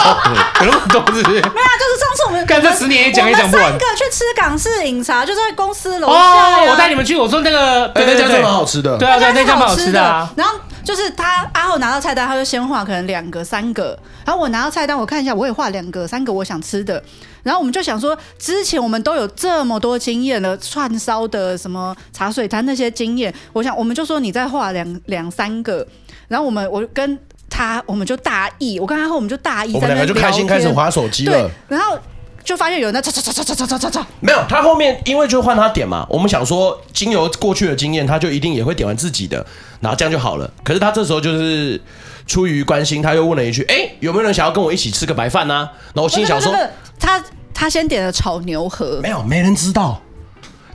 Speaker 2: 那么多是不是？
Speaker 3: 没有啊，就是上次我们
Speaker 2: 干这十年也讲也讲不完
Speaker 3: 我们三个去吃港式饮茶，就在公司楼下啊。
Speaker 2: 哦，我带你们去，我说那个
Speaker 4: 哎，
Speaker 2: 对
Speaker 4: 那
Speaker 2: 对
Speaker 4: 家
Speaker 2: 对
Speaker 4: 真
Speaker 2: 对
Speaker 4: 蛮，好吃的。
Speaker 2: 对啊对啊，那
Speaker 3: 那
Speaker 2: 家蛮
Speaker 3: 家蛮
Speaker 2: 好
Speaker 3: 好
Speaker 2: 吃
Speaker 3: 吃
Speaker 2: 的
Speaker 3: 的
Speaker 2: 啊。
Speaker 3: 然后就是他阿后拿到菜单，他就先画可能两个、三个，然后我拿到菜单，我看一下，我也画两个、三个我想吃的。然后我们就想说，之前我们都有这么多经验了，串烧的什么茶水摊那些经验，我想我们就说你再画两两三个，然后我们我就跟他我们就大意，我跟他后我们就大意，
Speaker 4: 我们两个就开心开始划手机
Speaker 3: 对
Speaker 4: 了。，
Speaker 3: 然后就发现有人在吵吵吵吵吵吵吵吵，
Speaker 4: 没有，他后面因为就换他点嘛，我们想说经由过去的经验，他就一定也会点完自己的，然后这样就好了。可是他这时候就是出于关心，他又问了一句：“哎，有没有人想要跟我一起吃个白饭呢？”然后我心里想说
Speaker 3: 不是，不是不是他他先点了炒牛河
Speaker 4: 没，有，没人知道。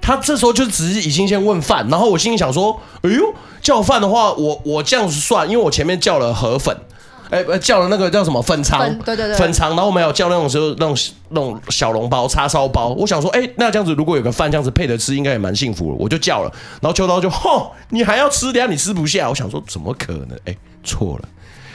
Speaker 4: 他这时候就只是已经先问饭，然后我心里想说，哎呦，叫饭的话，我我这样子算，因为我前面叫了河粉，哎、呃叫了那个叫什么粉肠
Speaker 3: 粉，对对对
Speaker 4: 粉肠，然后我们有叫那种就是那种那种小笼包、叉烧包，我想说，哎、那这样子如果有个饭这样子配着吃，应该也蛮幸福的，我就叫了，然后秋刀就，吼，你还要吃，等一下你吃不下，我想说怎么可能，哎、错了，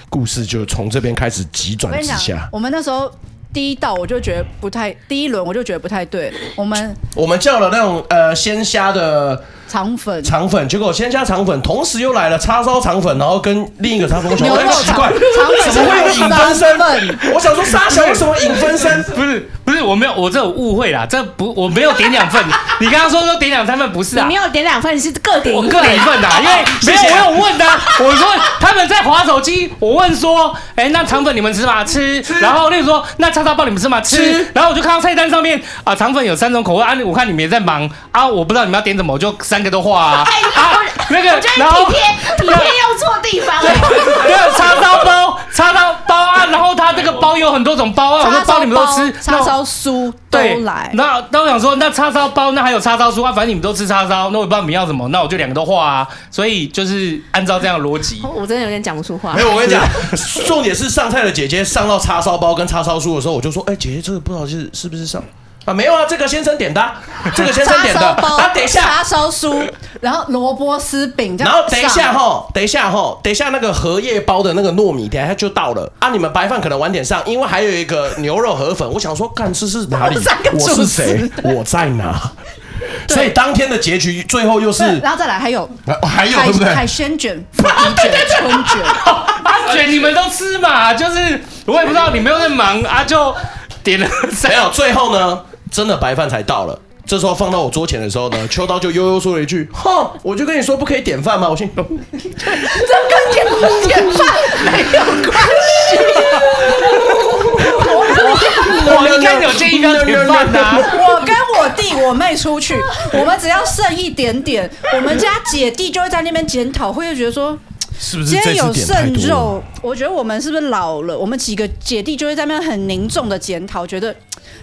Speaker 4: 故事就从这边开始急
Speaker 3: 我
Speaker 4: 转
Speaker 3: 跟你
Speaker 4: 直
Speaker 3: 讲
Speaker 4: 下，，
Speaker 3: 我们那时候第一道我就觉得不太，第一轮我就觉得不太对。我们
Speaker 4: 我们叫了那种呃鲜虾的。
Speaker 3: 肠粉，
Speaker 4: 肠粉，结果鲜虾肠粉，同时又来了叉烧肠粉，然后跟另一个叉烧，我想说，
Speaker 3: 牛
Speaker 4: 哎
Speaker 3: 肉
Speaker 4: 奇怪，
Speaker 3: 肠肠粉
Speaker 4: 怎么会有影
Speaker 3: 是
Speaker 4: 分
Speaker 3: 肠粉
Speaker 4: 身？我想说，沙小为什么影分身？
Speaker 2: 不是不是，是，我没有，我这有误会啦，这不，我没有点两
Speaker 6: (laughs)
Speaker 2: 份。你刚刚说说点两三份不是
Speaker 6: 你
Speaker 2: 啊
Speaker 6: 没？有哦点两份，是各点
Speaker 2: 我
Speaker 6: 一
Speaker 2: 各点一
Speaker 6: 份。
Speaker 2: 份的、啊，因为没有，我有问的、啊，我说他们在划手机，我问说，哎、那肠粉你们吃吗？吃。然后例如说，那叉烧包你们吃吗？吃。然后我就看到菜单上面啊，肠粉有三种口味啊，我看你们也在忙啊，我不知道你们要点什么，我就三个都画啊。啊，那个
Speaker 6: 哎我觉，
Speaker 2: 然
Speaker 6: 得
Speaker 2: 后
Speaker 6: 你。体贴体贴用错地方了。
Speaker 2: (laughs) 对，叉烧包，叉烧包啊，然后它这个包有很多种包啊，我说包你们都吃，
Speaker 3: 叉烧酥都
Speaker 2: 对，
Speaker 3: 来。
Speaker 2: 那那我想说，那叉烧包，那还有叉烧酥啊，反正你们都吃叉烧，那我也不知道你们要什么，那我就两个都画啊。所以就是按照这样的逻辑，
Speaker 3: (laughs)
Speaker 6: 我真的有点讲不出话
Speaker 4: (laughs) 没。有，我跟你讲，重点是上菜的姐姐上到叉烧包跟叉烧酥的时候，我就说：“哎、姐姐，这个不知道是是不是上啊？没有啊，这个先生点的啊，这个先生
Speaker 3: 叉
Speaker 4: 点的
Speaker 3: 烧包，
Speaker 4: 啊，等一下。”
Speaker 3: 叉烧酥，然后萝卜丝饼，这
Speaker 4: 然
Speaker 3: 样
Speaker 4: 后等一下
Speaker 3: 上，啊
Speaker 4: 哈，等一下哈，等一下那个荷叶包的那个糯米，等一下就到了啊！你们白饭可能晚点上，因为还有一个牛肉河粉。我想说，干这是哪里
Speaker 3: 三个？
Speaker 4: 我
Speaker 3: 主
Speaker 4: 是
Speaker 3: 食
Speaker 4: 谁？我在哪？所以当天的结局最后又是
Speaker 3: 对，然后再来还有
Speaker 4: 啊还有
Speaker 3: 海
Speaker 4: 对不对？
Speaker 3: 海鲜卷、腐
Speaker 4: (laughs)
Speaker 3: 皮卷、春卷，
Speaker 2: 阿啊卷你们都吃嘛，就是我也不知道你们又在忙啊，就点了三
Speaker 4: (laughs) 没有，最后呢，真的白饭才到了。这时候放到我桌前的时候呢，秋刀就悠悠说了一句：“哼，我就跟你说不可以点饭吗？”我心里 (laughs) (laughs)
Speaker 2: 我一开始有建议要点
Speaker 4: (laughs)
Speaker 2: 饭的、啊。
Speaker 3: (laughs) 我跟我弟我妹出去，我们只要剩一点点，我们家姐弟就会在那边检讨，会觉得说。
Speaker 4: 是不
Speaker 3: 今天有剩肉，我觉得我们是不是老了？我们几个姐弟就会在那边很凝重的检讨，觉得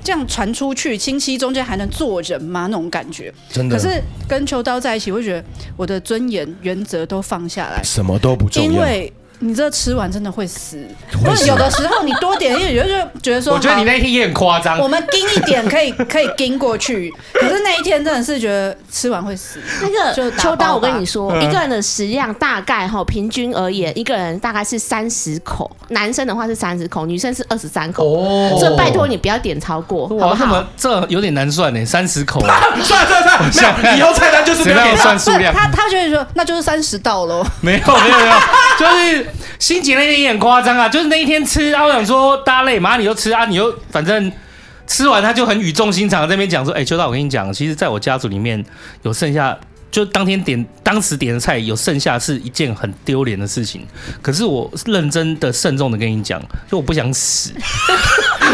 Speaker 3: 这样传出去，亲戚中间还能做人吗？那种感觉。
Speaker 4: 真的
Speaker 3: 可是跟秋刀在一起，会觉得我的尊严、原则都放下来，
Speaker 4: 什么都不重
Speaker 3: 因
Speaker 4: 要？
Speaker 3: 为你这吃完真的会死。
Speaker 4: 会
Speaker 3: 或
Speaker 4: 死
Speaker 3: 者有的时候你多点一点，就觉得说，
Speaker 2: (laughs) 我觉得你
Speaker 3: 好
Speaker 2: 那天也很夸张
Speaker 3: (laughs) 我，们盯一点可以可以盯过去，可是那一天真的是觉得吃完会死。
Speaker 6: 那
Speaker 3: 就
Speaker 6: 个
Speaker 3: 打包
Speaker 6: 秋刀，我
Speaker 3: 吧
Speaker 6: 跟你说，
Speaker 2: 嗯
Speaker 6: 一个人的食量大概哈，平均而言，一个人大概是三十口，男生的话是三十口，女生是二十三口。
Speaker 4: 哦
Speaker 6: 所以拜托你不要点超过，好不
Speaker 2: 哇，这
Speaker 6: 好
Speaker 2: 么？这有点难算呢，三十口啊，
Speaker 3: (laughs)
Speaker 4: 算了算了算了，没有，以后菜单就是不
Speaker 2: 怎么
Speaker 4: 要
Speaker 2: 样
Speaker 4: 点
Speaker 2: 算数
Speaker 3: 不是
Speaker 2: 量？
Speaker 3: 他他就会说，那就是三十到喽。
Speaker 2: (laughs) 没有没有没有，就是心姐那天也很夸张啊，就是那一天吃，啊，我想说大家累嘛，啊你就吃啊，你又反正吃完他就很语重心长地在那边讲说，哎、秋道，我跟你讲，其实在我家族里面有剩下。就当天点当时点的菜有剩下是一件很丢脸的事情，可是我认真的慎重的跟你讲， (laughs) 就我不想死。 (laughs)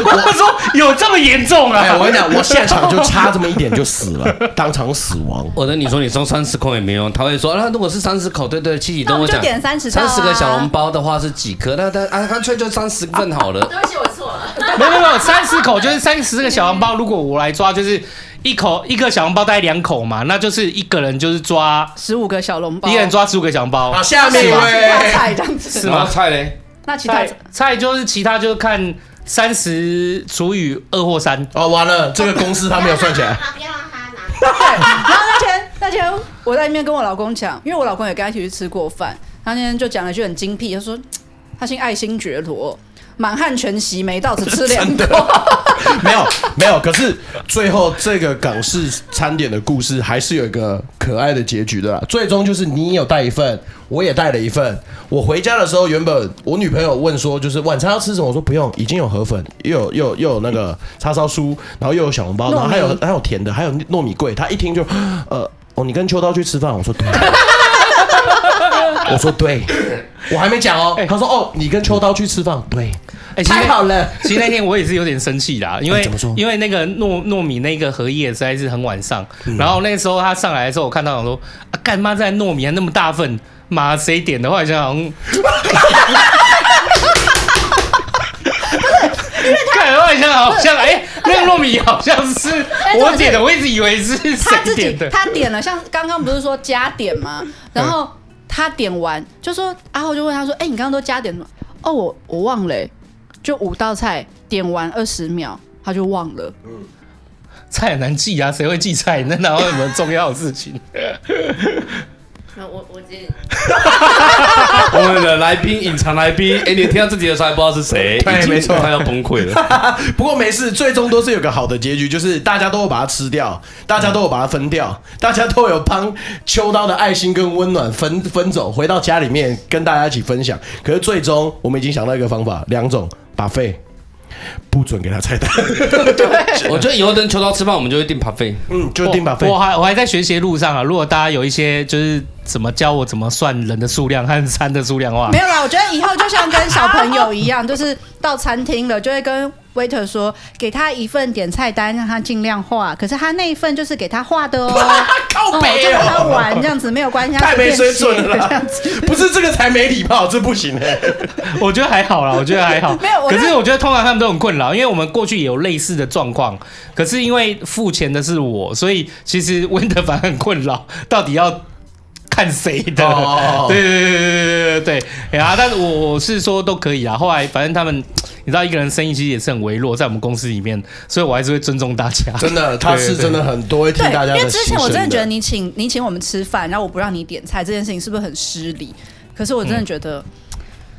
Speaker 2: 我说有这么严重啊？
Speaker 4: 哎，我跟你讲，我现场就差这么一点就死了， (laughs) 当场死亡。
Speaker 5: 我跟你说，你送三十口也没用，他会说，那如果是三十口，对对，七喜
Speaker 3: 那
Speaker 5: 跟
Speaker 3: 我们
Speaker 5: 讲
Speaker 3: 就，点三十
Speaker 5: 三
Speaker 3: 到啊
Speaker 5: 十个小笼包的话是几颗？那他啊，干脆就三十份好了。
Speaker 6: 对不起，我错了。
Speaker 2: 没有没有没有，三十口就是三十个小笼包，如果我来抓，就是一口一个小笼包大概两口嘛，那就是一个人就是抓，
Speaker 3: 十五个小笼包，
Speaker 2: 一个人抓十五个小笼包
Speaker 4: 好，，下面一
Speaker 3: 大
Speaker 4: 位，
Speaker 3: 菜这样子。
Speaker 2: 是吗
Speaker 5: 然后菜嘞？
Speaker 3: 那其他
Speaker 2: 菜菜就是其他就是看三十除以二或三，
Speaker 4: 哦，完了，这个公式他没有算起来。
Speaker 6: 不要让他拿。
Speaker 3: 对，然后那天那天我在那边跟我老公讲，因为我老公也跟他一起去吃过饭，他那天就讲了一句很精辟，他说他姓爱新觉罗，满汉全席没到只吃两口。
Speaker 4: (laughs) 没有没有，可是最后这个港式餐点的故事还是有一个可爱的结局的啦。最终就是你有带一份，我也带了一份。我回家的时候，原本我女朋友问说，就是晚餐要吃什么？我说不用，已经有河粉，又有又有又有那个叉烧酥，然后又有小笼包，然后还有还有甜的，还有糯米桂。她一听就 (gasps) 呃。哦，你跟秋刀去吃饭？我说对， (laughs) 我说对，我还
Speaker 2: (laughs)
Speaker 4: 没讲哦。她说哦，你跟秋刀去吃饭，对，
Speaker 2: 哎
Speaker 4: 太好了。
Speaker 2: (laughs) 其实那天我也是有点生气啊啦，因为、
Speaker 4: 哎怎么说
Speaker 2: 因为那个糯糯米那个荷叶实在是很晚上，
Speaker 4: 嗯
Speaker 2: 然后那时候他上来的时候，我看到我说啊，干妈在糯米还那么大份，妈谁点的？后来想想，嗯看，后来想想好像哎、那个糯米好像是我点的，我一直以为是
Speaker 3: 哎他
Speaker 2: 谁
Speaker 3: 自己
Speaker 2: 点的。
Speaker 3: 他点了，像刚刚不是说加点吗？
Speaker 4: 嗯
Speaker 3: 然后他点完就说，阿浩就问他说：“哎、你刚刚都加点什么？”哦，我我忘了、欸就五道菜点完二十秒他就忘了。
Speaker 2: 菜很难记啊，谁会记菜？那哪有什么重要的事情？
Speaker 6: 我我直接
Speaker 5: 我们的来宾，隐藏来宾，哎，你听到自己的时候还不知道是谁，
Speaker 4: 对
Speaker 5: 已经
Speaker 4: 没错
Speaker 5: 快要崩溃了。
Speaker 4: 不过没事，最终都是有个好的结局，就是大家都有把它吃掉，大家都有把它分掉，大家都有帮秋刀的爱心跟温暖分分走，回到家里面跟大家一起分享。可是最终我们已经想到一个方法，两种把费。不准给他菜单， (laughs)
Speaker 5: (laughs) 我觉得以后等求到吃饭，我们就会订 p 费。
Speaker 4: 嗯，就定把费
Speaker 2: 我。我还我还在学习的路上啊。如果大家有一些就是怎么教我怎么算人的数量和餐的数量的话
Speaker 3: 没，有啦，我觉得以后就像跟小朋友一
Speaker 4: (laughs)
Speaker 3: 样，就是到餐厅了，就会跟 waiter 说，给他一份点菜单，让他尽量画。可是他那一份就是给他画的哦，
Speaker 4: (laughs) 靠
Speaker 3: 哦
Speaker 4: 北
Speaker 3: 就让他
Speaker 4: 哦，
Speaker 3: 玩这样子没有关系，
Speaker 4: 太没
Speaker 3: 他随
Speaker 4: 水
Speaker 3: 便
Speaker 4: 准了 (laughs) 啦
Speaker 3: 写这样子。！
Speaker 4: 不是这个才没礼貌，这不行哎、
Speaker 2: 我觉得还
Speaker 3: (laughs)
Speaker 2: 好啦，我觉得还好。
Speaker 3: 没有我
Speaker 2: 可
Speaker 3: 在
Speaker 2: 是我觉得通常他们都很困扰，因为我们过去也有类似的状况。可是因为付钱的是我，所以其实温德凡很困扰，到底要看谁的？
Speaker 4: 哦
Speaker 2: (laughs) 对对对对对对对。然后，但是我我是说都可以啊。后来反正他们，你知道一个人生意其实也是很微弱，在我们公司里面，所以我还是会尊重大家。
Speaker 4: 真的，他是真的很多会听
Speaker 3: 对
Speaker 4: 大，家
Speaker 3: 因为
Speaker 4: 的
Speaker 3: 之
Speaker 4: 心
Speaker 3: 前
Speaker 4: 声。
Speaker 3: 我真的觉得你请你请我们吃饭，然后我不让你点菜，这件事情是不是很失礼？可是我真的觉得，
Speaker 4: 嗯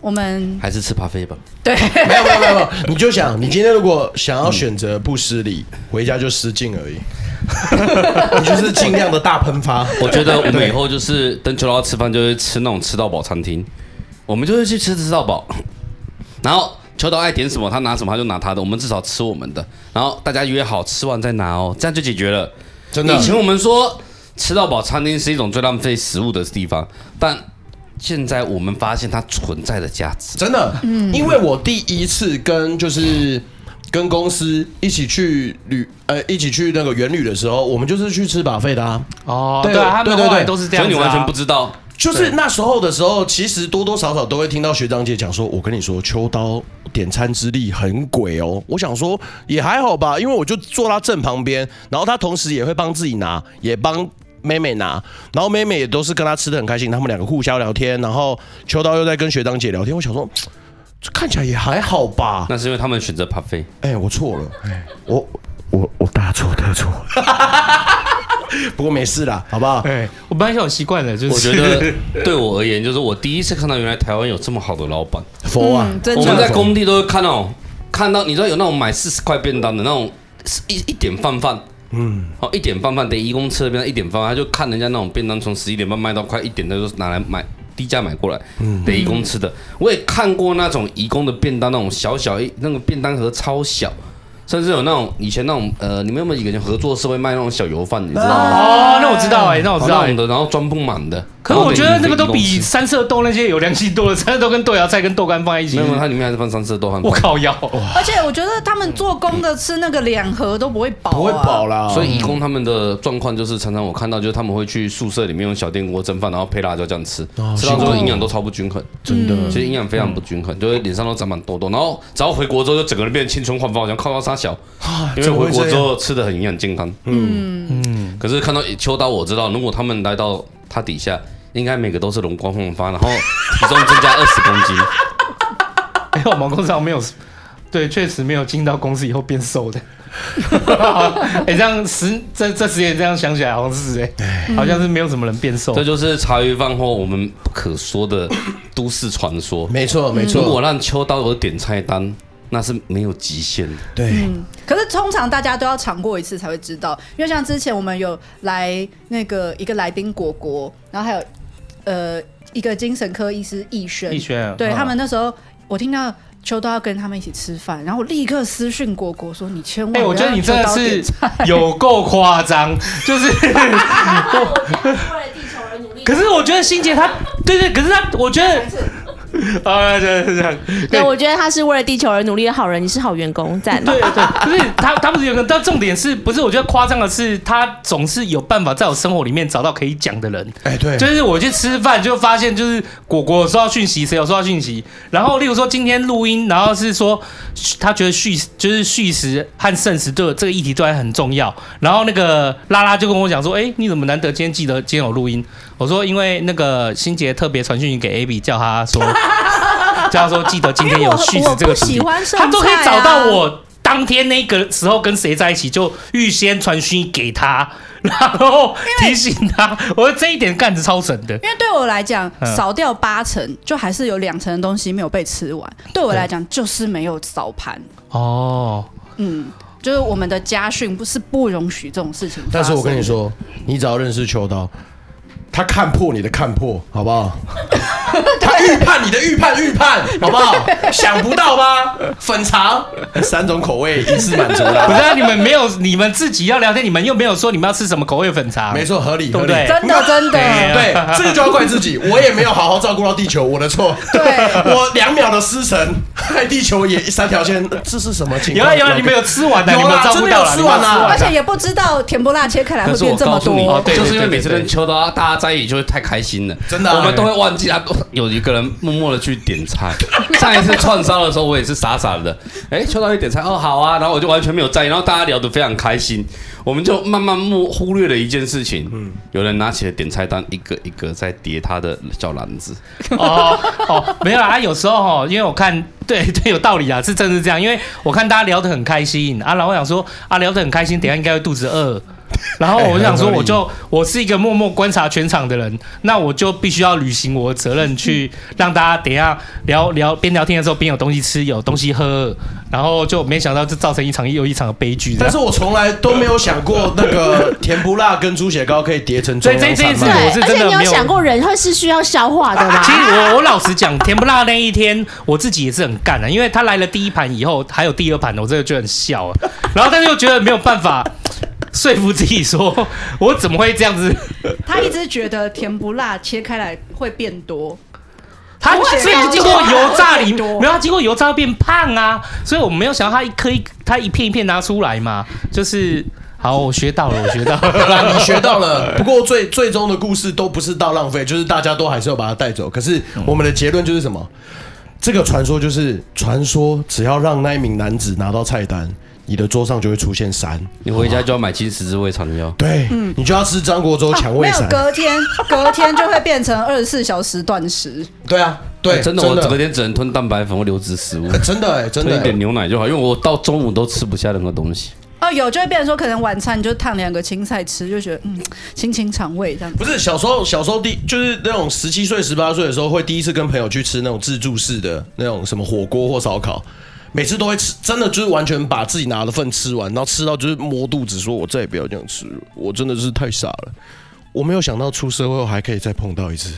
Speaker 3: 我们
Speaker 5: 还是吃 p 费吧。
Speaker 3: 对
Speaker 4: 没有没有没有没有，你就想，你今天如果想要选择不失礼，回家就失敬而已。 (laughs) 你就是尽量的大喷发，
Speaker 5: 我觉得我们以后就是等求到吃饭，就会吃那种吃到饱餐厅，我们就会去吃吃到饱，然后。求到爱点什么，他拿什么他就拿他的，我们至少吃我们的，然后大家约好吃完再拿哦，这样就解决了。
Speaker 4: 真的
Speaker 5: 以。前我们说吃到饱餐厅是一种最浪费食物的地方，但现在我们发现它存在的价值。
Speaker 4: 真的，因为我第一次跟就是跟公司一起去旅，呃，一起去那个远旅的时候，我们就是去吃把费的啊。
Speaker 2: 哦，
Speaker 4: 对
Speaker 2: 对啊，他
Speaker 4: 对
Speaker 2: 们
Speaker 4: 对
Speaker 2: 后来
Speaker 4: 对
Speaker 2: 都是这
Speaker 5: 所
Speaker 2: 样、
Speaker 5: 以
Speaker 2: 啊，
Speaker 5: 你完全不知道，
Speaker 4: 就是那时候的时候，其实多多少少都会听到学长姐讲说，我跟你说，秋刀点餐之力很鬼哦。我想说也还好吧，因为我就坐他正旁边，然后他同时也会帮自己拿，也帮。妹妹拿，然后妹妹也都是跟他吃的很开心，他们两个互相聊天，然后秋刀又在跟学长姐聊天。我想说，这看起来也还好吧。
Speaker 5: 那是因为他们选择 p 费。
Speaker 4: 哎、我错了，哎， (laughs) 我我我大错特错。不过没事啦，好不好？
Speaker 2: 对，哎我本来就有习惯了， (laughs) 就是
Speaker 5: 我觉得对我而言，就是我第一次看到原来台湾有这么好的老板。
Speaker 4: 佛啊，
Speaker 3: 嗯真的
Speaker 5: 我们在工地都会看到，看到你知道有那种买四十块便当的那种，一一点饭饭，嗯，哦一点饭饭得一公车的便当一点饭饭，他就看人家那种便当从十一点半卖到快一点，他就拿来买低价买过来，
Speaker 2: 嗯
Speaker 5: 得一公吃的。我也看过那种义工的便当，那种小小一那个便当盒超小。甚至有那种以前那种呃，你们有没有几个人合作社会卖那种小油饭，你知道吗？
Speaker 2: 哦，那我知道哎、那我
Speaker 5: 哦
Speaker 2: 知道、
Speaker 5: 那
Speaker 2: 哎
Speaker 5: 种的，然后装不满的。
Speaker 2: 可是我觉得那个都
Speaker 5: 然后得一
Speaker 2: 比
Speaker 5: 公吃
Speaker 2: 三色豆那些有良心多了，三色豆跟豆芽菜跟豆干放在一起
Speaker 5: 没，有，没有它里面还是放三色豆和
Speaker 2: 我靠腰，
Speaker 3: 而且我觉得他们做工的吃那个两盒都不会饱、啊，
Speaker 4: 不会饱啦。
Speaker 5: 所以义工他们的状况就是，常常我看到就是他们会去宿舍里面用小电锅蒸饭，然后配辣椒酱吃，吃到最后营养都超不均衡，真的，其实营养非常不均衡，就会脸上都长满痘痘，然后只要回国之后就整个人变得青春焕发，好像靠到沙小，因为
Speaker 4: 怎么
Speaker 5: 回
Speaker 4: 会
Speaker 5: 国
Speaker 4: 这
Speaker 5: 之
Speaker 4: 样
Speaker 5: 后吃的很营养健康，嗯嗯，可是看到秋刀我知道，如果他们来到他底下，应该每个都是容光焕发，然后体重增加二十公斤，
Speaker 2: 因哎为我们公司好像没有，对，确实没有进到公司以后变瘦的。 (laughs) 哎、这样十这这十年这样想起来好像是哎、好像是没有什么人变瘦
Speaker 5: 这。就是茶余饭后我们不可说的都市传说，
Speaker 4: 没
Speaker 2: 嗯
Speaker 4: 错，
Speaker 3: 嗯
Speaker 4: 没
Speaker 5: 如果
Speaker 4: 错，
Speaker 5: 让秋刀有点菜单，那是没有极限的。
Speaker 2: 嗯
Speaker 4: 对，
Speaker 3: 可是通常大家都要尝过一次才会知道，因为像之前我们有来那个一个来宾果果，然后还有呃一个精神科医师逸轩，
Speaker 2: 逸轩
Speaker 3: 对、
Speaker 2: 嗯
Speaker 3: 他们那时候我听到秋刀要跟他们一起吃饭，然后我立刻私讯果果说你千万
Speaker 2: 哎、
Speaker 3: 不要
Speaker 2: 我觉得你真的
Speaker 3: 让秋刀
Speaker 2: 是
Speaker 3: 点菜
Speaker 2: 有够夸张，
Speaker 6: (laughs)
Speaker 2: 就是。
Speaker 6: 为了地球而努力
Speaker 2: 可是我觉得欣姐她，对对，可是她，我觉得， (laughs) 啊，对对对，
Speaker 6: 对，我觉得他是为了地球而努力的好人，你是好员工，赞。
Speaker 2: 对对，不是他，他不是有个，但重点是不是？我觉得夸张的是，他总是有办法在我生活里面找到可以讲的人。
Speaker 4: 哎，对
Speaker 2: 就，是呃我去吃饭，就发现就是果果有收到讯息，谁有收到讯息。然后，例如说今天录音，然后是说他觉得续就是续食和剩食对我这个议题对他很重要。然后那个拉拉就跟我讲说：“哎、你怎么难得今天记得今天有录音？”我说：“因为那个欣杰特别传讯给 AB，叫他说，叫他说记得今天有续食这个主题。”
Speaker 6: 因为我我不喜欢剩菜啊
Speaker 2: 他都可以找到我当天那个时候跟谁在一起，就预先传讯给他。 (laughs) 然后提醒他，我说这一点干子超神的。
Speaker 3: 因为对我来讲，
Speaker 2: 嗯
Speaker 3: 少掉八成，就还是有两成的东西没有被吃完。对我来讲，就是没有扫盘。
Speaker 2: 哦，
Speaker 3: 嗯，就是我们的家训不是不容许这种事情。
Speaker 4: 但是我跟你，说，
Speaker 2: (laughs)
Speaker 4: 你只要认识秋刀，他看破你的看破，好不好？他预判你的预判预判，好不好？想不到吧？粉肠三种口味 (laughs) 一次满足
Speaker 2: 不
Speaker 4: 啦，
Speaker 2: 是、啊、你们没有，你们自己要聊天，你们又没有说你们要吃什么口味粉肠，
Speaker 4: 没错，合理，
Speaker 2: 对哎
Speaker 4: 合
Speaker 2: 不哎
Speaker 4: 理。
Speaker 2: 对？
Speaker 3: 真的真的，
Speaker 4: 对，这个就要怪自己，我也没有好好照顾到地球，我的错。
Speaker 3: 对
Speaker 4: 我两秒的失神，害地球也三条线，这是什么情
Speaker 2: 有
Speaker 4: 况？
Speaker 2: 啊有啊，你们有吃完的，
Speaker 4: 有
Speaker 2: 你
Speaker 4: 啦
Speaker 2: 们照顾到了，
Speaker 4: 真的有吃完啊啦
Speaker 2: 你们
Speaker 3: 而
Speaker 2: 有吃完
Speaker 3: 且
Speaker 2: 啦啊
Speaker 3: 也不知道甜不辣切开来会
Speaker 5: 可是
Speaker 3: 变
Speaker 5: 我
Speaker 3: 这么
Speaker 5: 告诉你
Speaker 2: 哦
Speaker 3: 多，，
Speaker 2: 对
Speaker 5: 就是因为每次
Speaker 2: 对对
Speaker 5: 跟秋刀大家在一起就会太开心了，
Speaker 4: 真的啊
Speaker 5: 我们都会忘记啊，有一个人默默的去点菜。 (laughs) 上一次串烧的时候，我也是傻傻的，哎，秋刀一点菜，哦好啊，然后我就完全没有在意，然后大家聊得非常开心，我们就慢慢忽忽略了一件事情，有人拿起了点菜单，一个一个在叠他的小篮子，
Speaker 2: 哦哦，没有啦，啊有时候哦，因为我看， (laughs) 对对，有道理啊，是真的是这样，因为我看大家聊得很开心啊，然后我想说啊，聊得很开心，等一下应该会肚子
Speaker 4: (laughs)
Speaker 2: 饿，然后我就想说，
Speaker 4: 哎很合理
Speaker 2: 我就我是一个默默观察全场的人，那我就必须要履行我的责任，
Speaker 4: (laughs)
Speaker 2: 去让大家等一下聊聊边聊天的时候边有东西吃，有东西喝，然后就没想到这造成一场又一场的悲剧这
Speaker 4: 但
Speaker 2: 样。
Speaker 4: 是我从来都没有想过那个甜不辣跟猪血糕可以叠成中央
Speaker 2: 所以
Speaker 4: 山
Speaker 2: 这这
Speaker 4: 脉
Speaker 2: 这我是
Speaker 6: 对，而
Speaker 2: 真的
Speaker 6: 且你
Speaker 2: 没
Speaker 6: 有
Speaker 2: 有
Speaker 6: 想过人会是需要消化的吗
Speaker 2: 其？实我我老实讲，甜不辣那一天我自己也是很干的、啊因为他来了第一盘以后，还有第二盘，我真的觉得很笑啊。然后但是又觉得没有办法说服自己说，我怎么会这样子？
Speaker 3: 他一直觉得甜不辣切开来会变多，
Speaker 2: 他
Speaker 3: 不会
Speaker 2: 所以
Speaker 3: 这样
Speaker 2: 经过油炸里，没
Speaker 3: 不会多
Speaker 2: 有啊他经过油炸变胖啊，所以我没有想到他一颗一他一片一片拿出来嘛，就是好，我学到了，我啊学到了。
Speaker 4: 好啦，你学到了。 (laughs) 不过最最终的故事都不是到浪费，就是大家都还是要把它带走。可是我们的结论就是什么？这个传说就是传说，只要让那一名男子拿到菜单，你的桌上就会出现山。
Speaker 5: 你回家就要买七十只胃肠药。
Speaker 4: 对，你就要吃张国周
Speaker 3: 啊
Speaker 4: 抢
Speaker 3: 没
Speaker 4: 胃
Speaker 3: 有
Speaker 4: 散。
Speaker 3: 隔天， (laughs) 隔天就会变成二十四小时断食。
Speaker 4: 对啊，
Speaker 2: 哎
Speaker 4: 对，
Speaker 5: 哎真的，我隔天只能吞蛋白粉或流质食物，
Speaker 4: 真的哎，真
Speaker 5: 吞
Speaker 4: 的
Speaker 5: 一点
Speaker 4: 欸。
Speaker 5: 牛奶就好，因为我到中午都吃不下任何
Speaker 4: (laughs)
Speaker 5: 东西。
Speaker 3: 哦，有就会变成说，可能晚餐你就烫两个青菜吃，就觉得嗯，清清肠胃这样
Speaker 4: (laughs)
Speaker 3: 子。
Speaker 4: 不是小时候，小时候第就是那种十七岁、十八岁的时候，会第一次跟朋友去吃那种自助式的那种什么火锅或烧烤，每次都会吃，真的就是完全把自己拿的份吃完，然后吃到就是摸肚子，说我再也不要这样吃了，我真的是太傻了，我没有想到出社会后还可以再碰到一次，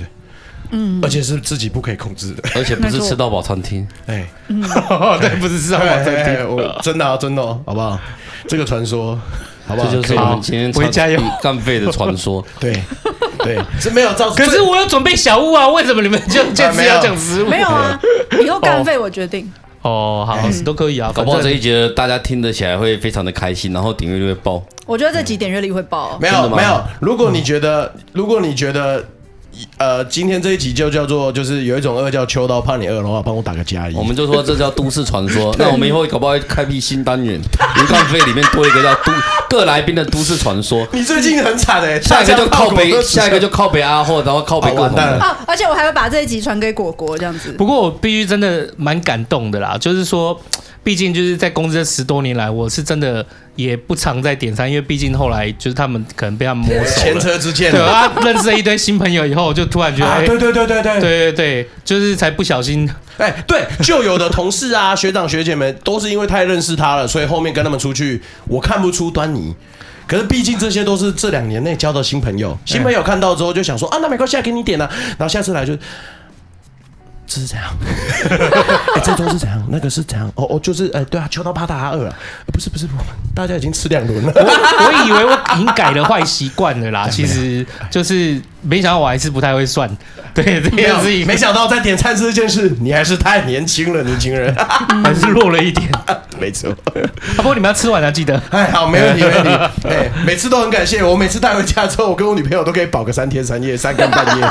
Speaker 4: 嗯，而且是自己不可以控制的，
Speaker 5: 而且不
Speaker 3: 没
Speaker 5: 是
Speaker 3: 错
Speaker 5: 吃到饱餐厅，
Speaker 4: 哎， (laughs)
Speaker 2: 对，不是是
Speaker 4: 哎
Speaker 2: 让我
Speaker 4: 哎哎我真的啊，真的哦，好不好？这个传说，好不
Speaker 5: 这
Speaker 4: 好？
Speaker 5: 就是我们今天
Speaker 2: 好回家有
Speaker 5: (laughs) 干废的
Speaker 4: (laughs)
Speaker 5: 传说。
Speaker 4: 对对，是没有造成，
Speaker 2: 可是我有准备小物啊，为什么你们就就是要讲食物？
Speaker 3: 没有啊，以后干费我决定。
Speaker 2: 哦，好，都可以啊，
Speaker 5: 嗯搞不好
Speaker 2: 反
Speaker 5: 这
Speaker 2: 正
Speaker 5: 一节大家听得起来会非常的开心，然后点阅率会爆。
Speaker 3: 我觉得这几点阅率会爆哦。
Speaker 4: 没
Speaker 5: 真的
Speaker 4: 有
Speaker 5: 吗
Speaker 4: 没有。如果你觉得，如果你觉得，呃，今天这一集就叫做就是有一种饿叫秋刀，怕你饿的话，帮我打个加一。
Speaker 5: 我们就说这叫都市传
Speaker 4: (laughs)
Speaker 5: 说。那我们以后搞不好会开辟新单元，鱼干废里面多一个叫都 (laughs) 各来宾的都市传说。
Speaker 4: 你最近很惨哎，
Speaker 5: 下一个
Speaker 4: 大
Speaker 5: 就
Speaker 4: 家
Speaker 5: 靠
Speaker 4: 炮火
Speaker 5: 北，
Speaker 4: 都
Speaker 5: 下一个就靠北阿货，然后靠北
Speaker 4: 哦
Speaker 5: 共
Speaker 4: 完
Speaker 5: 同
Speaker 4: 蛋
Speaker 5: 的
Speaker 4: 了。
Speaker 3: 而且我还会把这一集传给果果这样子。
Speaker 2: 不过我必须真的蛮感动的啦，就是说，毕竟就是在公司这十多年来，我是真的也不常在点餐，因为毕竟后来就是他们可能被他们摸熟
Speaker 4: 前
Speaker 2: 了。
Speaker 4: 车之鉴
Speaker 2: 对啊，认识了一堆新朋友以后，我就突然觉得，
Speaker 4: 啊，
Speaker 2: 哎、
Speaker 4: 对对对对
Speaker 2: 对
Speaker 4: 对，
Speaker 2: 对对，就是才不小
Speaker 4: (laughs)
Speaker 2: 心，
Speaker 4: 哎对，就有的同事啊、学长学姐们都是因为太认识他了，所以后面跟他们出去，我看不出端倪。可是毕竟这些都是这两年内交的新朋友，新朋友看到之后就想说啊，那没关系，啊，给你点了、然后下次来就。这是怎样？哎、这周是怎样？那个是怎样？哦哦，就是哎、对啊，秋刀怕大家饿了、呃不是不是，我们大家已经吃两轮了。
Speaker 2: 我以为我已经改了坏习惯了啦，其实就是没想到我还是不太会算，对这
Speaker 4: 没
Speaker 2: 件
Speaker 4: 有
Speaker 2: 事情
Speaker 4: 没想到在点餐这件事，你还是太年轻了，年轻人。
Speaker 2: 还是弱了一点。啊，
Speaker 4: (laughs) 没错。
Speaker 2: 不过你们要吃完啊，记得。
Speaker 4: 哎，好，没问题，没问题。哎，每次都很感谢我，每次带回家之后，我跟我女朋友都可以保个三天三夜，三更半夜。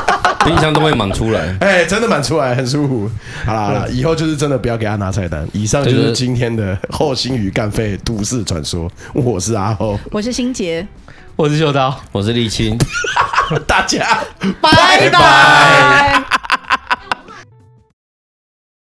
Speaker 5: 冰箱都会满出来。
Speaker 4: 哎，真的蛮出来，很舒服。好啦，好啦，以后就是真的不要给她拿菜单。以上就是今天的后心鱼干肺都市传说。我是阿后，
Speaker 3: 我是心杰，
Speaker 2: 我是秀刀。
Speaker 5: 我是沥青。
Speaker 4: 大家
Speaker 3: 拜拜。